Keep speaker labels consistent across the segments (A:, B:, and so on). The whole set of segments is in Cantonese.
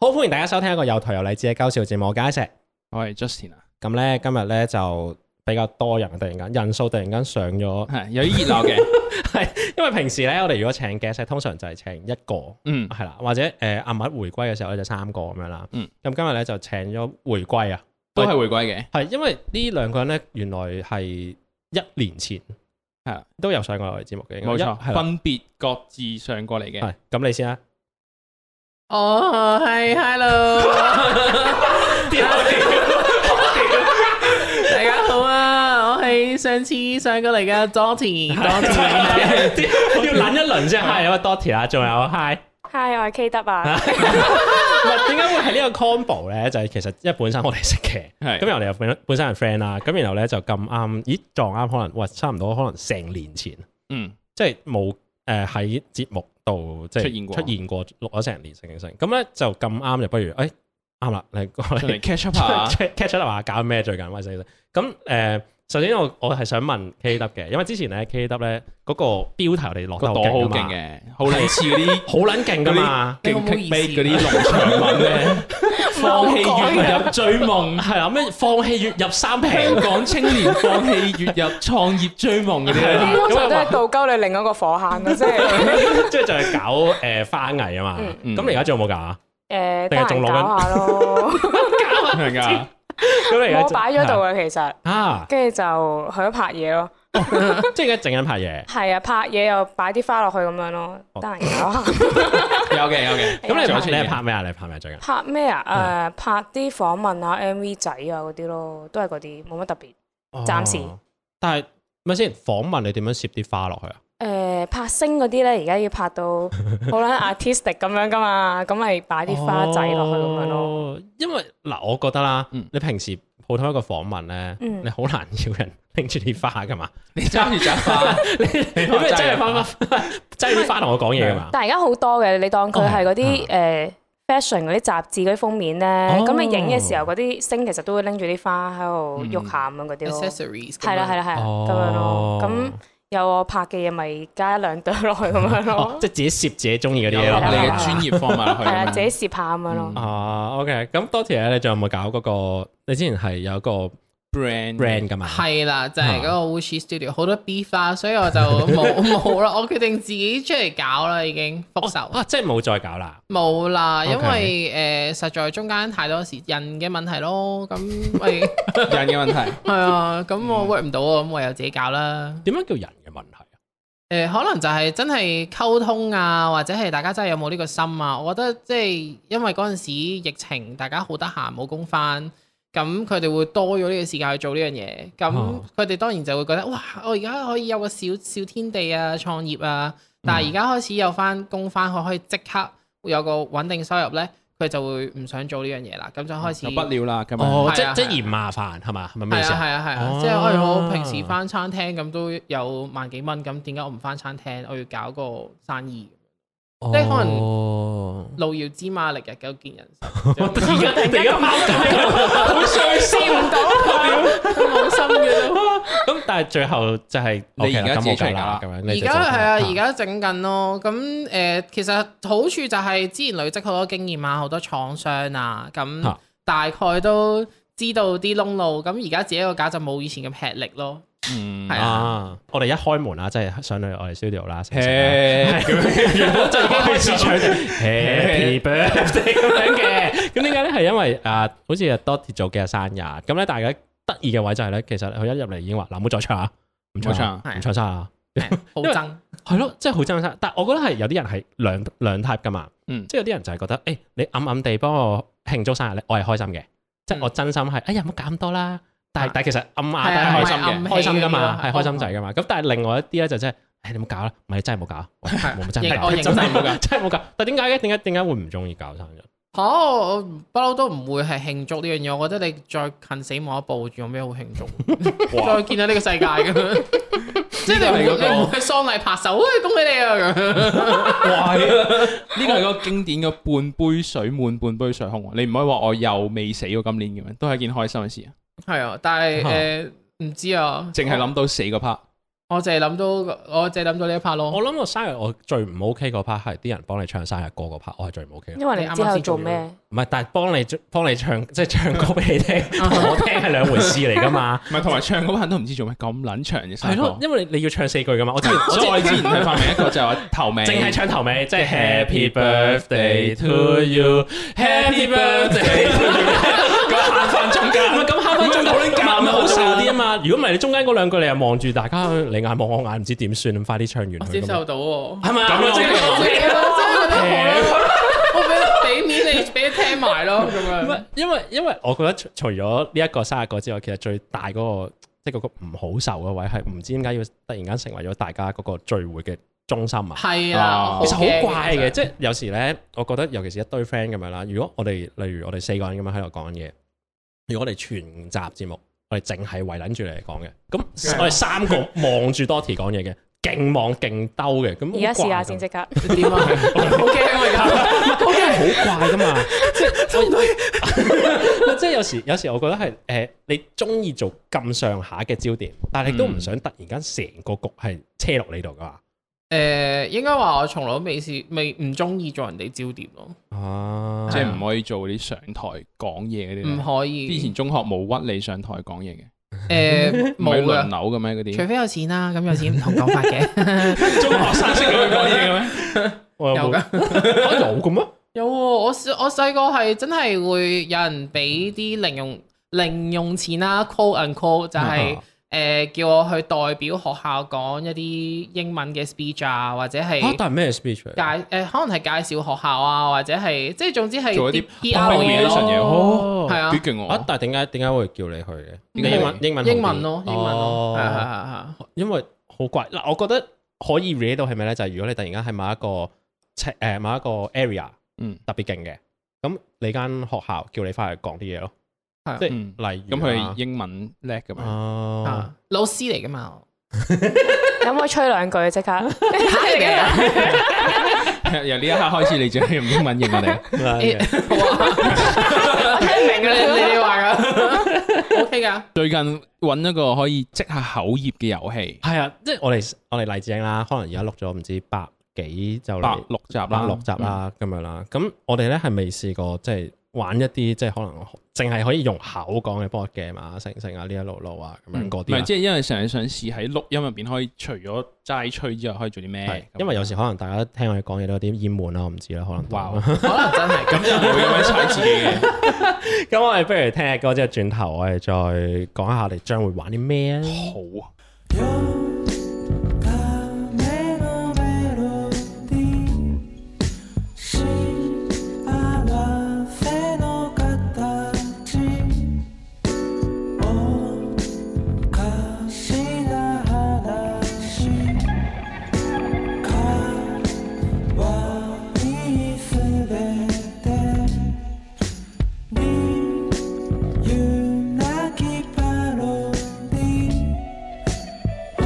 A: 好歡迎大家收聽一個有台有勵志嘅搞笑節目《我係佳石》。
B: 我係 Justin 啊，
A: 咁咧今日咧就比較多人啊，突然間人數突然間上咗，
B: 係有啲熱鬧嘅，
A: 因為平時咧我哋如果請 guest 呢通常就係請一個。
B: 嗯，
A: 係啦，或者誒呃暗物回歸嘅時候咧就三個咁樣啦。
B: 嗯，
A: 咁今日咧就請咗回歸啊，
B: 都係回歸嘅，
A: 係因為呢兩個人咧原來係一年前
B: 係啊
A: 都有上過我哋節目嘅，應該
B: 冇
A: 一
B: 錯，
A: 係啦
B: 分別各自上過嚟嘅。
A: 係咁你先啊，
B: 哦，係，hello，大
C: 啊
B: 家好啊，我係上次上過嚟嘅 Dotty，
A: 啊
B: 啊
A: 要諗一輪 先。係有個 Dotty 啦，啊仲有 Hi。
D: Hi，我係 K 德 啊，
A: 唔係點解會係呢個 combo 咧？就係其實因為本身我哋識嘅，
B: 係
A: 咁然後我哋又本本身係 friend 啦，咁然後咧就咁啱，咦撞啱可能哇差唔多可能成年前。
B: 嗯，
A: 即係冇誒喺節目度即係
B: 出現過
A: 出現過錄咗成年成成成咁咧就咁啱就不如誒啱啦，你過
B: 上 嚟
A: 嚟
B: catch up 下，
A: check catch up 下搞咩最近喂死死咁誒。首先我我係想問 K 得嘅，因為之前咧 K 得咧嗰個標題我哋落
B: 個
A: 得好
B: 朵好
A: 勁㗎
B: 勁
A: 嘛，
B: 嘅，好撚似嗰啲
A: 好撚勁噶嘛，
B: 勁 clickbait 嗰啲農場文咧，放
D: 冇
B: 棄
D: 改
B: 月
D: 啊
B: 入追夢。
A: 係啦咩放棄月入三平，
B: 香港青年放棄月入創業追夢嗰啲
A: 係
B: 咧
A: 啦，
D: 通常都係倒鳩你另一個火坑咯，即 係
A: 即係就係搞誒花藝啊嘛。
B: 嗯
A: 咁你而家仲有冇搞啊？
D: 誒，得
A: 定係仲
D: 閒
A: 攞緊
D: 搞下 咯。
A: 咁
B: 係㗎。
A: 你而家
D: 我擺咗度嘅其實，
A: 啊，
D: 跟住就去咗拍嘢咯。
A: 即係而家整緊拍嘢。
D: 係啊，拍嘢又擺啲花落去咁樣咯，得閒搞下。
B: 有嘅有嘅，
A: 哦 咁你
B: 仲有
A: 拍
B: 出
A: 你
B: 現
A: 係
B: 嘅
A: 拍咩啊？嗯你係拍咩最近？
D: 拍咩啊？誒，拍啲訪問啊、MV 仔啊嗰啲咯，都係嗰啲，冇乜特別。暫時
A: 哦但係咪先訪問你點樣攝啲花落去啊？
D: 誒，拍星嗰啲咧，而家要拍到好撚 artistic 咁樣噶嘛，咁咪擺啲花仔落去咁樣咯。
A: 咯。哦因為嗱，我覺得啦，
B: 嗯
A: 你平時普通一個訪問咧，
D: 嗯
A: 你好難要人拎住啲花 噶嘛。
B: 你揸住扎花，
A: 你你
B: 可
A: 咩
B: 能
A: 真係
B: 哦真係啊
A: 花花 真係啲花同我講嘢噶嘛？
D: 但係而家好多嘅，你當佢係嗰啲誒 fashion 嗰啲雜誌嗰啲封面咧，咁、你影嘅時候嗰啲星其實都會拎住啲花喺度喐下咁樣嗰 啲咯，
C: accessories
D: 係啦係啦係啦咁樣咯，咁有我拍嘅嘢咪加一兩朵落去咁樣
A: 哦，
D: 咯，
A: 即係自己攝自己中意嗰
B: 有
A: 啲嘢
D: 係
A: 落
D: 啦
B: 你
A: 去
D: 係啦
B: 嘅專業放埋落去
D: 係
B: 啊
D: 啦
B: 嘛，
D: 自己試下咁樣咯
B: 嗯，
A: 啊，OK，咁多謝咧，你仲有冇搞嗰個？你之前係有一個
B: brand
A: brand 噶嘛？
C: 嗯係啦，就係嗰個 Wuxi Studio 好多 beef 啦，所以我就冇冇啦，我決定自己出嚟搞啦，已經復仇
A: 啊，即係冇再搞啦。
C: 冇啦，因
A: OK
C: 為呃誒實在中間太多時人嘅問題咯，咁咪
B: 人嘅問題，
C: 係啊，咁我 work 唔到啊，咁唯有自己搞啦。
A: 點樣叫人嘅問題啊？
C: 誒呃可能就係真係溝通啊，或者係大家真係有冇呢個心啊？我覺得即係因為嗰陣時疫情，大家好得閒冇工返，咁佢哋會多咗呢個時間去做呢樣嘢。咁
A: 哦
C: 佢哋當然就會覺得哇！我而家可以有個小小天地啊，創業啊。
B: 嗯
C: 但係而家開始有返工返，我可以即刻會有個穩定收入咧，佢就會唔想做呢樣嘢啦。咁就開始
B: 就不了啦咁樣。
A: 哦，即
C: 係啊
A: 即
C: 係啊
A: 嫌麻煩係嘛？係咪咩意
C: 係
A: 思
C: 啊
A: 啊？
C: 係啊係
A: 哦
C: 啊，即係哎我平時翻餐廳咁都有萬幾蚊，咁點解我唔翻餐廳？我要搞個生意，
B: 哦
A: 即
C: 係可能
A: 能
C: 路遙知馬力，日久見人心，
A: 而家突然間貓咁，好傷心
D: 唔到
C: 冇心嘅都。
A: 咁但係最後就係
B: 你
A: OK 啦
B: 而家
A: 咁
B: 自己
A: 冇計
B: 出嚟搞
A: 啦
B: 啦
A: 咁樣，
C: 而
A: 你就
C: 家
A: 做
C: 係啊，
A: 啦
C: 而家整緊咯。咁誒、呃其實好處就係之前累積好多經驗啊，好多廠商啊，咁
A: 嚇
C: 大概都知道啲窿路。咁而家自己個架就冇以前咁吃力咯。
B: 嗯，
C: 係啊，
A: 啊！我哋一開門啦，即係上到我哋 studio 啦，食食啦
B: 嘿咁樣原本就已經
A: 開始唱 Happy Birthday 咁樣嘅。咁點解咧？係因為啊，好似啊 Dotty 早幾日生日，咁咧大家得意嘅位就係咧，其實佢一入嚟已經話嗱，唔好再唱啊，唔唱啊
B: 唔好
C: 唱
A: 唔唱生日啊。
C: 係
A: 因
C: 好
A: 為
C: 憎。
A: 係咯，即係好真生，但係我覺得係有啲人係兩兩 type 噶嘛，
B: 嗯
A: 即係有啲人就係覺得，誒、你暗暗地幫我慶祝生日咧，我係開心嘅，即係我真心係，哎呀唔好搞咁多啦，但係
C: 啊
A: 但係其實暗
C: 係啊
A: 啞都係開心
C: 係暗
A: 嘅，
C: 氣
A: 開心噶嘛，
C: 嗰
A: 係
C: 啲咯
A: 開心仔噶嘛，咁但係另外一啲咧就真係，哎誒你唔好搞啦，唔係 你真係冇搞，我
C: 係
A: 冇真係
C: 認
A: 冇搞
C: 我，認
A: 真係
C: 真
A: 冇搞，真係冇搞，但係點解嘅？點解點解會唔中意搞生日？
C: 嚇、我不嬲都唔會係慶祝呢樣嘢，我覺得你再近死亡一步，仲有咩好慶祝？再見到呢個世界咁樣， 即係你
B: 呢個係嗰
C: 唔
B: 個
C: 會你唔會喪禮拍手，喂，恭喜你啊咁樣。
B: 哇！呢個係個經典嘅半杯水滿半杯水空喎。你唔可以話我又未死過今年咁樣，都係一件開心嘅事啊。
C: 係啊，但係誒唔知啊，
B: 淨係諗到死嗰 part，
C: 我淨係諗到，我淨係諗到呢一 part 咯。
A: 我諗我生日我最唔 OK 嗰 part 係啲人幫你唱生日歌嗰 part，我係最唔 OK 嘅。
D: 因為你之後做咩？
A: 唔係，但係幫你幫你唱即係唱歌俾 你聽，同我聽係兩回事嚟噶嘛。
B: 唔係同埋唱嗰班都唔知做咩咁撚長嘅
A: 係
B: 生
A: 咯
B: 歌，。
A: 因為你你要唱四句噶嘛。我之前我
B: 所
A: 之
B: 以
A: 前
B: 我之 前係發明一個就係話頭名，
A: 淨係唱頭尾，即係 Happy
B: Happy
A: Birthday
B: birthday
A: to
B: to
A: you，Happy
B: birthday
A: Birthday to you。咁下分中間，唔係咁下分中間好尷好受啲啊嘛。如果唔係你中間嗰兩句，你又望住大家，你眼望我眼，唔知點算，咁快啲唱完
C: 我
A: 佢
C: 接
A: 咁樣。
C: 受到喎。
A: 係咪啊？
B: 咁樣
A: 即係
C: 我真係覺得好啦，我俾俾面你，俾你聽埋咯咁
A: 因為
C: 樣。
A: 因為因為我覺得除除咗呢一個生日歌之外，其實最大嗰、個即係嗰個唔好受嘅位係唔知點解要突然間成為咗大家嗰個聚會嘅中心啊！
C: 係
B: 啊
C: 啊，
A: 其實好怪嘅，
C: 即
A: 即係有時咧，我覺得尤其是一堆 friend 咁樣啦。如果我哋例如我哋四個人咁樣喺度講嘢，如果我哋全集節目我哋淨係圍撚住你嚟講嘅，咁我哋三個望住 Dotty 講嘢嘅，勁望勁兜嘅，咁
D: 而家試下
A: 好怪㗎
D: 先，即刻。
C: 係點啊？好驚啊！
A: 好怪噶嘛， 即係我即係有時有時我覺得係誒、呃你中意做咁上下嘅焦點，但係你都唔想突然間成個局係車落你度噶嘛。
C: 誒，呃應該話我從來都未試，未唔中意做人哋焦點咯，
A: 啊
B: 即係唔可以做啲上台講嘢嗰啲
C: 唔
B: 咧。
C: 可
B: 之
C: 以。
B: 前中學冇屈你上台講嘢嘅，
C: 誒，
B: 唔係
C: 冇
B: 輪
C: 噶，
B: 流嘅咩嗰啲
C: 除？非有錢啦，咁有錢唔同講法嘅。
B: 中學生識咁樣講嘢嘅咩？
A: 我
C: 有
A: 冇
C: 㗎
A: 啊有咁咩？
C: 有喎，我細我細個係真係會有人俾啲零用零用錢啦，call and call 就係、
B: 啊
C: 誒、叫我去代表學校講一啲英文嘅 speech 啊，或者係
A: 啊
C: 介
A: 但係咩 speech 嚟？
C: 誒、可能係介紹學校啊，或者係即係總之係
B: 做一啲
C: PR 嘢
B: 哦
C: 咯，
B: 嘢
A: 哦
C: 係啊
B: 幾，勁
A: 啊
B: 我！
A: 但係點解點解會叫你去嘅？你
C: 因為
A: 英文英文好啲
C: 英文咯，英文咯，係係
A: 哦
C: 啊係係。
A: 因為好怪嗱，我覺得可以 relate 到係咩咧？就係如果你突然間喺某一個尺誒某一個 area
B: 嗯
A: 特別勁嘅，咁你間學校叫你翻去講啲嘢咯
C: 係啊，
A: 即係
B: 嗯，
A: 例如
B: 咁
A: 啊
B: 佢英文叻嘅嘛？
A: 哦
C: 啊，老師嚟噶嘛？
D: 可唔可以吹兩句即刻？
B: 由呢一刻開始，你就係用英文應我哋。
A: ，OK
C: 好啊，我聽唔明㗎你你你話噶，OK 噶，
B: 最近揾一個可以即下口譯嘅遊戲，
A: 係啊，即係我哋我哋例子啦，可能而家錄咗唔知百幾就嚟
B: 百六集啦，
A: 百六集啦啊咁樣啦，咁我哋咧係未試過即係玩一啲即係可能淨係可以用口講嘅 board game 啊、成成啊呢一路路啊咁樣
B: 嗯。
A: 嗰
B: 唔
A: 啲
B: 係
A: 啦。
B: 即係因為成日想試喺錄音入邊可以除咗齋吹之外，可以做啲
A: 係
B: 咩？
A: 因為有時可能大家聽我哋講嘢都有啲厭悶啊啦，我唔知啦，可能都。
B: 哇
C: 可能真係咁
B: 咁就唔會咁樣踩自己嘅。
A: 咁我哋不如聽下歌之後，轉頭我哋再講下我哋將會玩啲咩啊？
B: 好啊，
E: 밤의 멜로디 시아와 페노 같았지 옷가시나 하나씩 가와이 스베데 미유나기 파로디 「お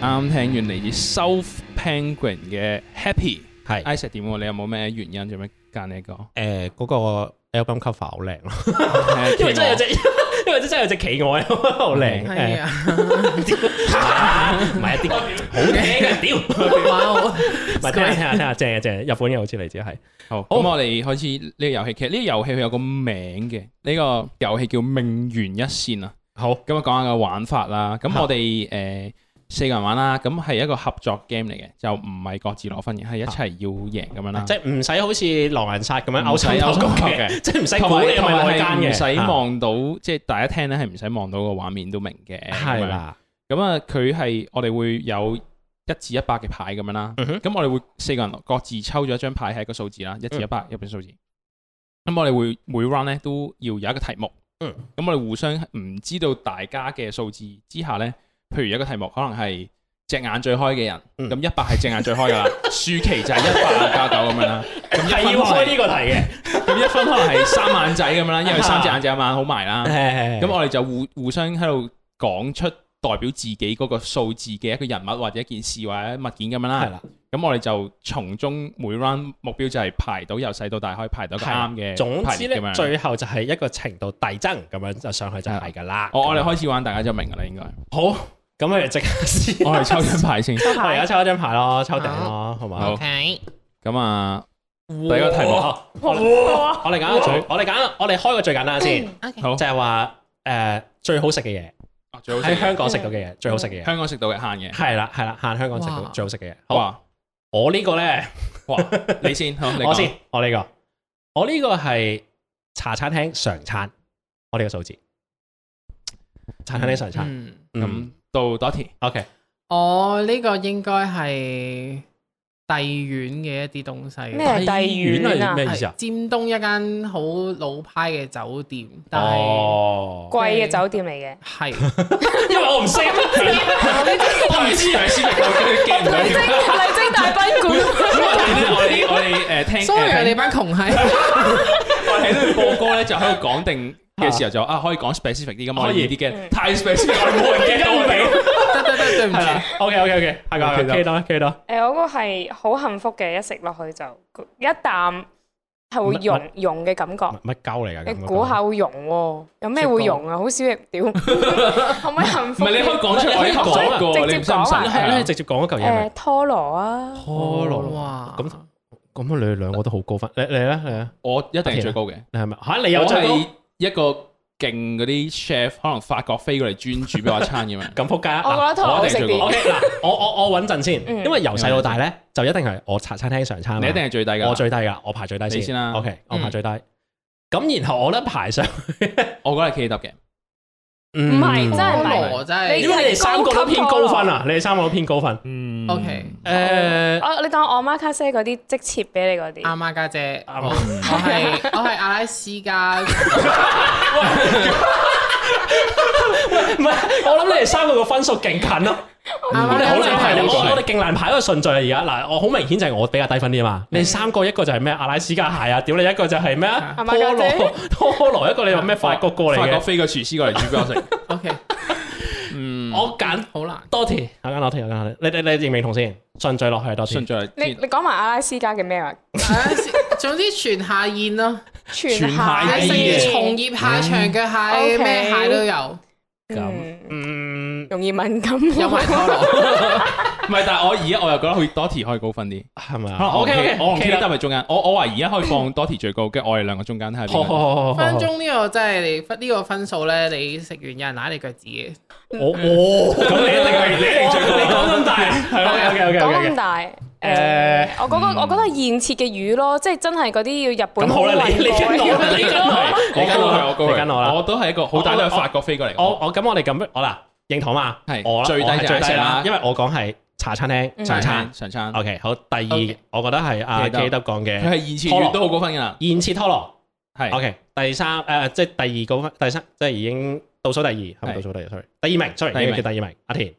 B: 啱聽完嚟自 South Penguin 嘅 Happy。
A: 係
B: Isaac 點喎？你有冇咩原因做咩揀呢個？
A: 誒嗰個 album cover 好靚咯，哎因
B: 因
A: 為真係 有隻，因為真係有隻企鵝喺度好靚，
C: 係啊，
A: 唔係一啲好聽嘅， 屌，唔
C: 哇！
A: 係聽下聽下聽下正嘅啊正嘅，日本嘅好似嚟自係
B: 好，咁我哋開始呢個遊戲。其實呢個遊戲佢有個名嘅，呢個遊戲叫命懸一線啊。
A: 好
B: 咁啊，講下個玩法啦。咁
A: 好
B: 我哋誒四個人玩啦，咁係一個合作 game 嚟嘅，就唔係各自攞分嘅，係一齊要贏咁樣啦。
A: 啊即係唔使好似狼人殺咁樣
B: 唔
A: 勾
B: 使
A: 心
B: 勾
A: 鬥
B: 心
A: 角
B: 鬥 角
A: 嘅，
B: 嘅
A: 即係唔使
B: 同
A: 估
B: 埋
A: 你係
B: 同
A: 咪
B: 埋
A: 外間
B: 係
A: 嘅，
B: 唔使
A: 啊
B: 望到，即係大家聽咧係唔使望到個畫面都明嘅。
A: 啊係啦，
B: 咁啊，佢係我哋會有一至一百嘅牌咁樣啦。
A: 嗯哼嗯
B: 咁我哋會四個人各自抽咗一張牌係一個數字啦，一至一百入邊數字。咁我哋會每 round 咧都要有一個題目。
A: 嗯
B: 咁我哋互相唔知道大家嘅數字之下咧，譬如有一個題目可能係隻眼最開嘅人，
A: 嗯
B: 咁一百係隻眼最開 噶啦，舒淇就係一百加九咁樣啦。咁一
A: 係
B: 分
A: 要
B: 可
A: 開
B: 能
A: 呢個題嘅，
B: 咁一分可能係三眼仔咁樣啦，因為三隻眼仔有眼好埋啦。咁
A: 啊咁
B: 我哋就互互相喺度講出代表自己嗰個數字嘅一個人物或者一件事或者物件咁樣
A: 係
B: 啦。
A: 啦，
B: 咁我哋就從中每 round 目標就係排到由細到大可以排到一個啱嘅
A: 總之
B: 排列咁
A: 咧，
B: 樣
A: 最後就係一個程度遞增咁樣就上去就係㗎啦。
B: 我我哋開始玩，大家就明噶啦，應該。
A: 好，咁我哋即刻先，
B: 我哋抽張牌先。
A: 我而家抽一張牌咯，抽頂咯，好嘛
B: 好？
C: OK，
B: 咁啊，
A: 第一
B: 個題目
A: 我哋我哋揀個最，我哋揀，我哋開個最簡單先，
C: OK
B: 好
A: 就係話誒最好食嘅嘢，嗯
B: 啊最好食
A: 喺
B: 嘅
A: 香港食到嘅嘢，最好食嘅嘢，
B: 香港食到嘅限嘅。
A: 係啦係啦，限香港食到
C: 哇
A: 最好食嘅嘢。好，
B: 哇
A: 我呢個咧，
B: 哇，你先，好你講
A: 我先，我呢個，我呢個係茶餐廳常餐，我呢個數字，茶餐廳常餐，
C: 嗯，
A: 咁
B: 咁到 Dotty。
A: OK，
C: 我呢個應該係帝苑嘅一啲東西。
D: 咩係
A: 帝
D: 帝苑
A: 苑
D: 啊
A: 係？咩
C: 係
A: 意思啊
C: 尖東一間好老派嘅酒店，但係
A: 哦，
D: 貴嘅酒店嚟嘅。
C: 係
A: 因為我唔識，
B: 我唔知係先，我驚唔到。
D: 麗晶 麗晶大賓館，
B: 咁我哋咧，我哋我哋誒聽
C: sorry
B: 誒
C: 啊
B: 聽
C: 你班窮閪，
B: 我哋喺度播歌咧，就喺度講定嘅時候就啊，可以講 specific 啲咁，我
A: 可
B: 哋
A: 以嗯
B: 易啲嘅，太 specific 我哋冇人 get 到我哋。
C: 得得得，對唔
A: 係啦
C: 住，
A: ，OK OK OK，係個
B: 我記得
A: K 多 K 多，
D: 誒我嗰個係好幸福嘅，一食落去就一啖係會
A: 乜
D: 溶溶嘅感覺。
A: 乜鳩嚟㗎？
D: 你估下會溶喎？有咩會溶啊？好少嘢屌，可唔可以幸
B: 唔
D: 福啲？
B: 係你可以講出我哋合作過，你唔使唔
D: 直接講啊
A: 係
B: 使
A: 咧，直接講嗰嚿嘢咪
D: 誒拖羅啊，
A: 拖羅
C: 哇，
A: 咁咁你哋兩個都好高分，你你咧你咧，
B: 我一定係最高嘅，
A: 你係咪嚇？你有
B: 我
A: 最高
B: 係一個勁嗰啲 chef，可能法國飛過嚟專煮俾我一餐咁樣。
A: 咁撲街啊！
D: 我覺得拖羅好食
B: 我
A: 嗱
D: 啲。
A: OK 嗱，我我我穩陣先，因
D: 嗯
A: 為由細到大咧就一定係我茶餐廳常餐嘛，
B: 你一定係最低㗎，
A: 我最低噶，我排最低
B: 你先啦
A: OK，我
C: 嗯
A: 排最低。咁然後我咧排上，
B: 我覺得係企得嘅。
A: 唔
D: 係真係唔係
C: 羅真
A: 因
C: 係
A: 為你哋三個都偏高分啊，你哋三個都偏高分。
B: 嗯
C: OK
A: 誒，
D: 我你當我媽卡西嗰啲即切俾你嗰啲，
C: 啱啊家姐，
A: 啱啊
C: 我我係我係阿拉斯 加，
A: 唔係，我諗你哋三個個分數勁近咯。
C: 啱
A: 我
C: 啊
A: 哋好難排，
B: 你
A: 我
B: 係
A: 我哋勁難排嗰個順序啊！而家嗱，我好明顯就係我比較低分啲啊嘛。你三個一個就係咩阿拉斯加蟹啊，屌你一個就係咩啊
D: 係咪
A: 拖
D: 家姐
A: 羅拖羅，一個你話咩法國過嚟
B: 法國
A: 嘅。
B: 飛個廚師過嚟煮俾我 食。
C: OK
B: 嗯，
A: 我揀
C: 好難，
A: 多田，我揀多田，我揀多田。你你你認唔認同先？順序落去係多田
B: 順。序
D: 你你講埋阿拉斯加嘅咩話？
C: 阿拉斯總之全下宴 咯，
D: 全
A: 全蟹
C: 係食
A: 嘅
C: 嘢松葉蟹、長腳蟹咩蟹都有，
A: 咁嗯，
D: 容易敏感，
C: 有埋拖 羅，
B: 唔係，但係我而家我又覺得好似 Dotty 可以高分啲。
A: 係咪
B: 可
A: 啊
B: 能我
A: OK，OK，
B: 企我同
A: OK 啦
B: K 得咪中間，我我話而家可以 放 Dotty 最高，跟住我哋兩個中間睇下邊
A: 好
B: 個
A: 好。好好好好。
C: 分鐘呢個真係你分呢個分數咧，你食完有人揦你腳趾嘅，
A: 我我咁你一定係你一定最高，你講咁大係 OK OK
D: 講
A: OK
D: 咁
A: OK。
D: 大。誒，我嗰個我覺得係現切嘅魚咯，即係真係嗰啲要日本
A: 咁好啦，你你跟我啦，你跟我，
B: 我高佢，我高
A: 你跟我啦
B: 佢，。我都係一個好大都係法國飛過嚟。
A: 我我咁我哋咁我嗱認同嘛，
B: 係
A: 我啦
B: 最低
A: 我係
B: 就
A: 最低
B: 係
A: 啦
B: 啦，
A: 因為我講係茶餐廳
D: 嗯
A: 常
B: 常
A: 餐
B: 餐。常餐，
A: OK，好，第二
C: OK
A: 我覺得係阿
B: 記得
A: K 德講嘅
B: 佢係二次
A: 拖羅
B: 元都好高分㗎啦。
A: 現切拖羅。
B: 係
A: OK，第三誒即係第二個分，第三即係已經倒數第二，啊係咪
B: 係
A: 倒數第二？sorry，第二名，sorry，
B: 第二名
A: 應該叫第二名。阿田，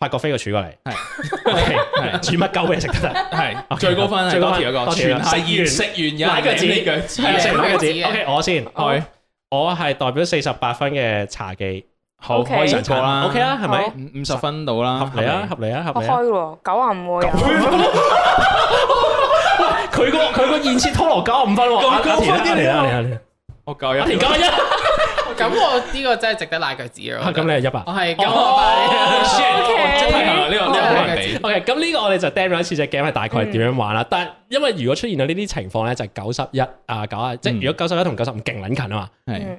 A: 法國飛個柱過嚟
B: 係
A: ，OK，煮乜鳩俾你食得啦？
B: 係
A: OK，
B: 最高分係
A: 最高分
B: Dotty 嗰個，
A: Dotty
B: 全
A: 啦食
B: 係
A: 完
B: 食完
A: 舐
B: 有
A: 腳
B: 人
A: 趾
B: 舐你腳
A: 係啦，啊
B: 趾。
A: 食
C: 兩
A: 兩
C: 個
A: 個字。
C: 字嘅
A: OK，我先，
B: 係
A: 我係代表四十八分嘅茶記
B: 好
D: OK
B: 可以
A: 正
B: 過
A: 常
B: 啦
A: ，OK 啊，係咪？
B: 五五十分到啦，
A: 合理啊，合理啊，合
D: 我
A: 理
D: 開
A: 啊。
D: 喎，九啊五喎又，
A: 佢個佢個現切拖羅九五分喎，
B: 咁高分
A: 阿田
B: 嘅你
A: 啊
B: 啊
A: 阿田啊阿田啊
B: 我夠
A: 阿
B: 一
A: 田九 一，
C: 咁我呢個真係值得拉腳趾啊！
A: 啊咁你係一百
C: 我。係咁 啊
A: 哦
C: 我
A: shit，
D: OK
A: 真係
B: 係啊呢個真係冇人
C: 真
B: 俾。
A: OK，咁呢個我哋就 demo 咗一次隻 game 係大概點樣玩啦。但係因為如果出現到呢啲情況咧，就係九十一啊九啊，即係
B: 嗯
A: 如果九十一同九十五勁撚近啊嘛，
B: 係，
D: 嗯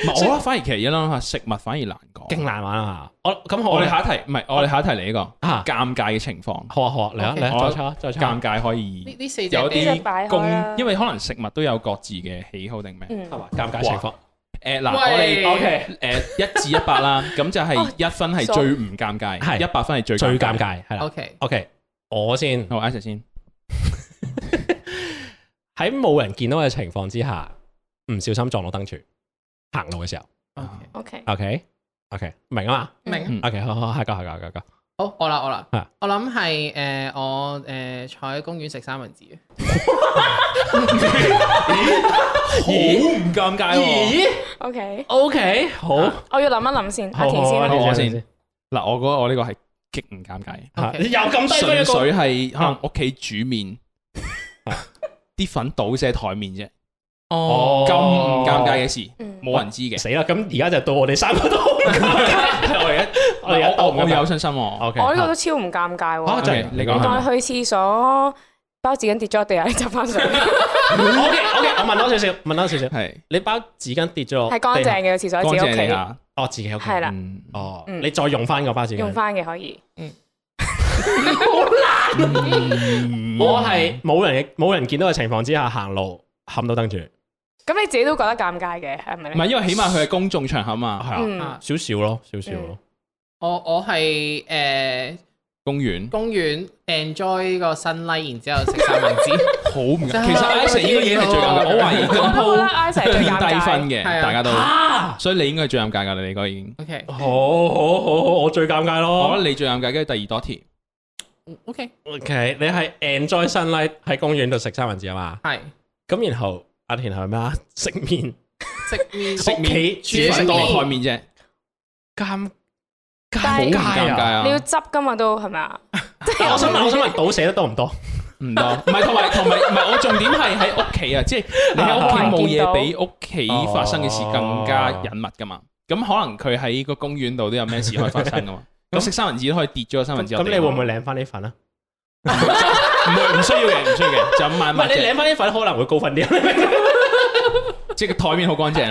B: 唔係我覺得反而其實一諗下食物反而難
A: 勁
B: 講。
A: 難玩啊嘛。我咁
B: 哦我
A: 我
B: 哋
A: 哋
B: 下一題唔係我哋下一題嚟呢個
A: 啊
B: 尷尬嘅情況，
A: 好啊好啊，嚟啊
C: OK
A: 嚟啊，
B: 我
A: 再抽啊再抽啊
B: 尷。尬可
C: 呢
B: 以
C: 呢四隻
B: 有
D: 呢隻
B: 啲
D: 擺開
B: 共
D: 啦，
B: 因為可能食物都有各自嘅喜好定咩？
A: 係
D: 嗯，
A: 嘛？尷尬情況。
B: 誒嗱，我哋
C: 喂
A: OK，
B: 誒呃一至一 百啦，咁就係一分係最唔尷尬，
A: 哦係
B: 一百分係最
A: 最尷。尬係啦。
C: OK，
A: OK，我先
B: 好，一齊先。
A: 喺冇人見到嘅情況之下，唔小心撞到燈柱，行路嘅時候。嗯
D: OK，
A: OK OK，明啊嘛
C: 明
B: 嗯
A: ？OK，好好好，下一個下一個下一個。
C: 好，我啦我啦
A: 啊，
C: 我諗係誒我誒坐喺公園食三文治啊嘅。
B: 好唔尷尬喎！
D: OK，
A: OK，好，
D: 我要諗一諗先，阿
A: 好
D: 田先
B: 好
D: 啦，
B: 好我先。嗱，我覺得我呢個係極唔尷尬，
A: 啊
C: OK
A: 又咁低分
B: 純
A: 一個。啊
B: 粹係可能屋企煮面，啲粉倒瀉台面啫，
A: 哦
B: 咁唔尷尬嘅事，
D: 嗯
B: 冇人知嘅。
A: 死啦！咁而家就到我哋三個都好尷尬我哋一我哋一
B: 我
A: 到
B: 我我有信心喎。
A: OK，
D: 我呢個都超唔尷尬
A: 啊
D: 喎，
A: 真係
B: OK，你講
D: 我當
B: 下。
D: 佢去廁所包紙巾跌咗地下，你執翻上嚟，
A: OK OK，我問多少少，問多少少。
B: 係
A: 你包紙巾跌咗落
D: 係乾
A: 地
D: 淨
A: 下，
D: 嘅個廁所
B: 乾
D: 喺自己
B: 淨
D: 屋
B: 你
D: 企，
B: 下，
A: 哦，自己屋企
D: 係啦，
B: 嗯，
A: 哦，
D: 嗯
A: 你再用翻個包紙巾。
D: 用翻嘅可以，
A: 我係冇人嘅冇人見到嘅情況之下行路冚到燈柱，係
D: 咁你自己都覺得尷尬嘅，係咪
B: 唔
D: 咧？
B: 係因為起碼佢係公眾場合嘛，
A: 啊，
D: 嗯
A: 少少咯，少少咯。
C: 我我係誒
B: 公園。
C: 公園 enjoy 個新 l 然之後食三文 治。
B: 好唔
C: 真
B: 緊，
C: 係
B: 其實 Ice 應該已經係最尷尬，我懷疑
D: 我都覺
B: 今
D: 得 I 成
B: 鋪
D: 最
B: 偏
D: 尷
B: 低分
D: 尬，
B: 嘅，
C: 係啊
B: 大家
D: 嗯
B: 都，
A: 啊，
B: 所以你應該係最尷尬㗎啦，你嗰個已經。
C: OK
A: 好好好好，我最尷尬
B: 我覺
A: 咯。
B: 得你最尷尬，跟住第二多條
C: 嗯 OK
A: OK，你係 enjoy sunlight 喺公園度食三文治啊嘛，
C: 係
A: 咁然後阿田係咩啊？食麵，
C: 食面
A: 食面，煮
C: 煮飯
A: 飯
B: 多
A: 多
B: 台面啫，
A: 尷
B: 好
A: 尷
B: 唔
D: 但係
B: 尷尬
A: 尬啊！
B: 啊
D: 你要，執噶嘛都係咪啊？
A: 但我想問，我想問倒寫得多唔多？
B: 唔多，唔係同埋同埋唔係，我重點係喺屋企啊，即係你喺屋企冇嘢比屋企發生嘅事更加隱密㗎嘛。咁可能佢喺個公園度都有咩事可以發 生㗎嘛。咁食三文治都可以跌咗個三文治
A: 咁咁
B: 落地
A: 你
B: 㗎
A: 會
B: 嘛。
A: 唔會領翻呢份啊？
B: 唔會唔需要嘅，唔需要嘅，就咁慢
A: 唔
B: 慢
A: 係你
B: 啫。
A: 領翻呢份可能會高分啲，
B: 即係個台面好乾淨，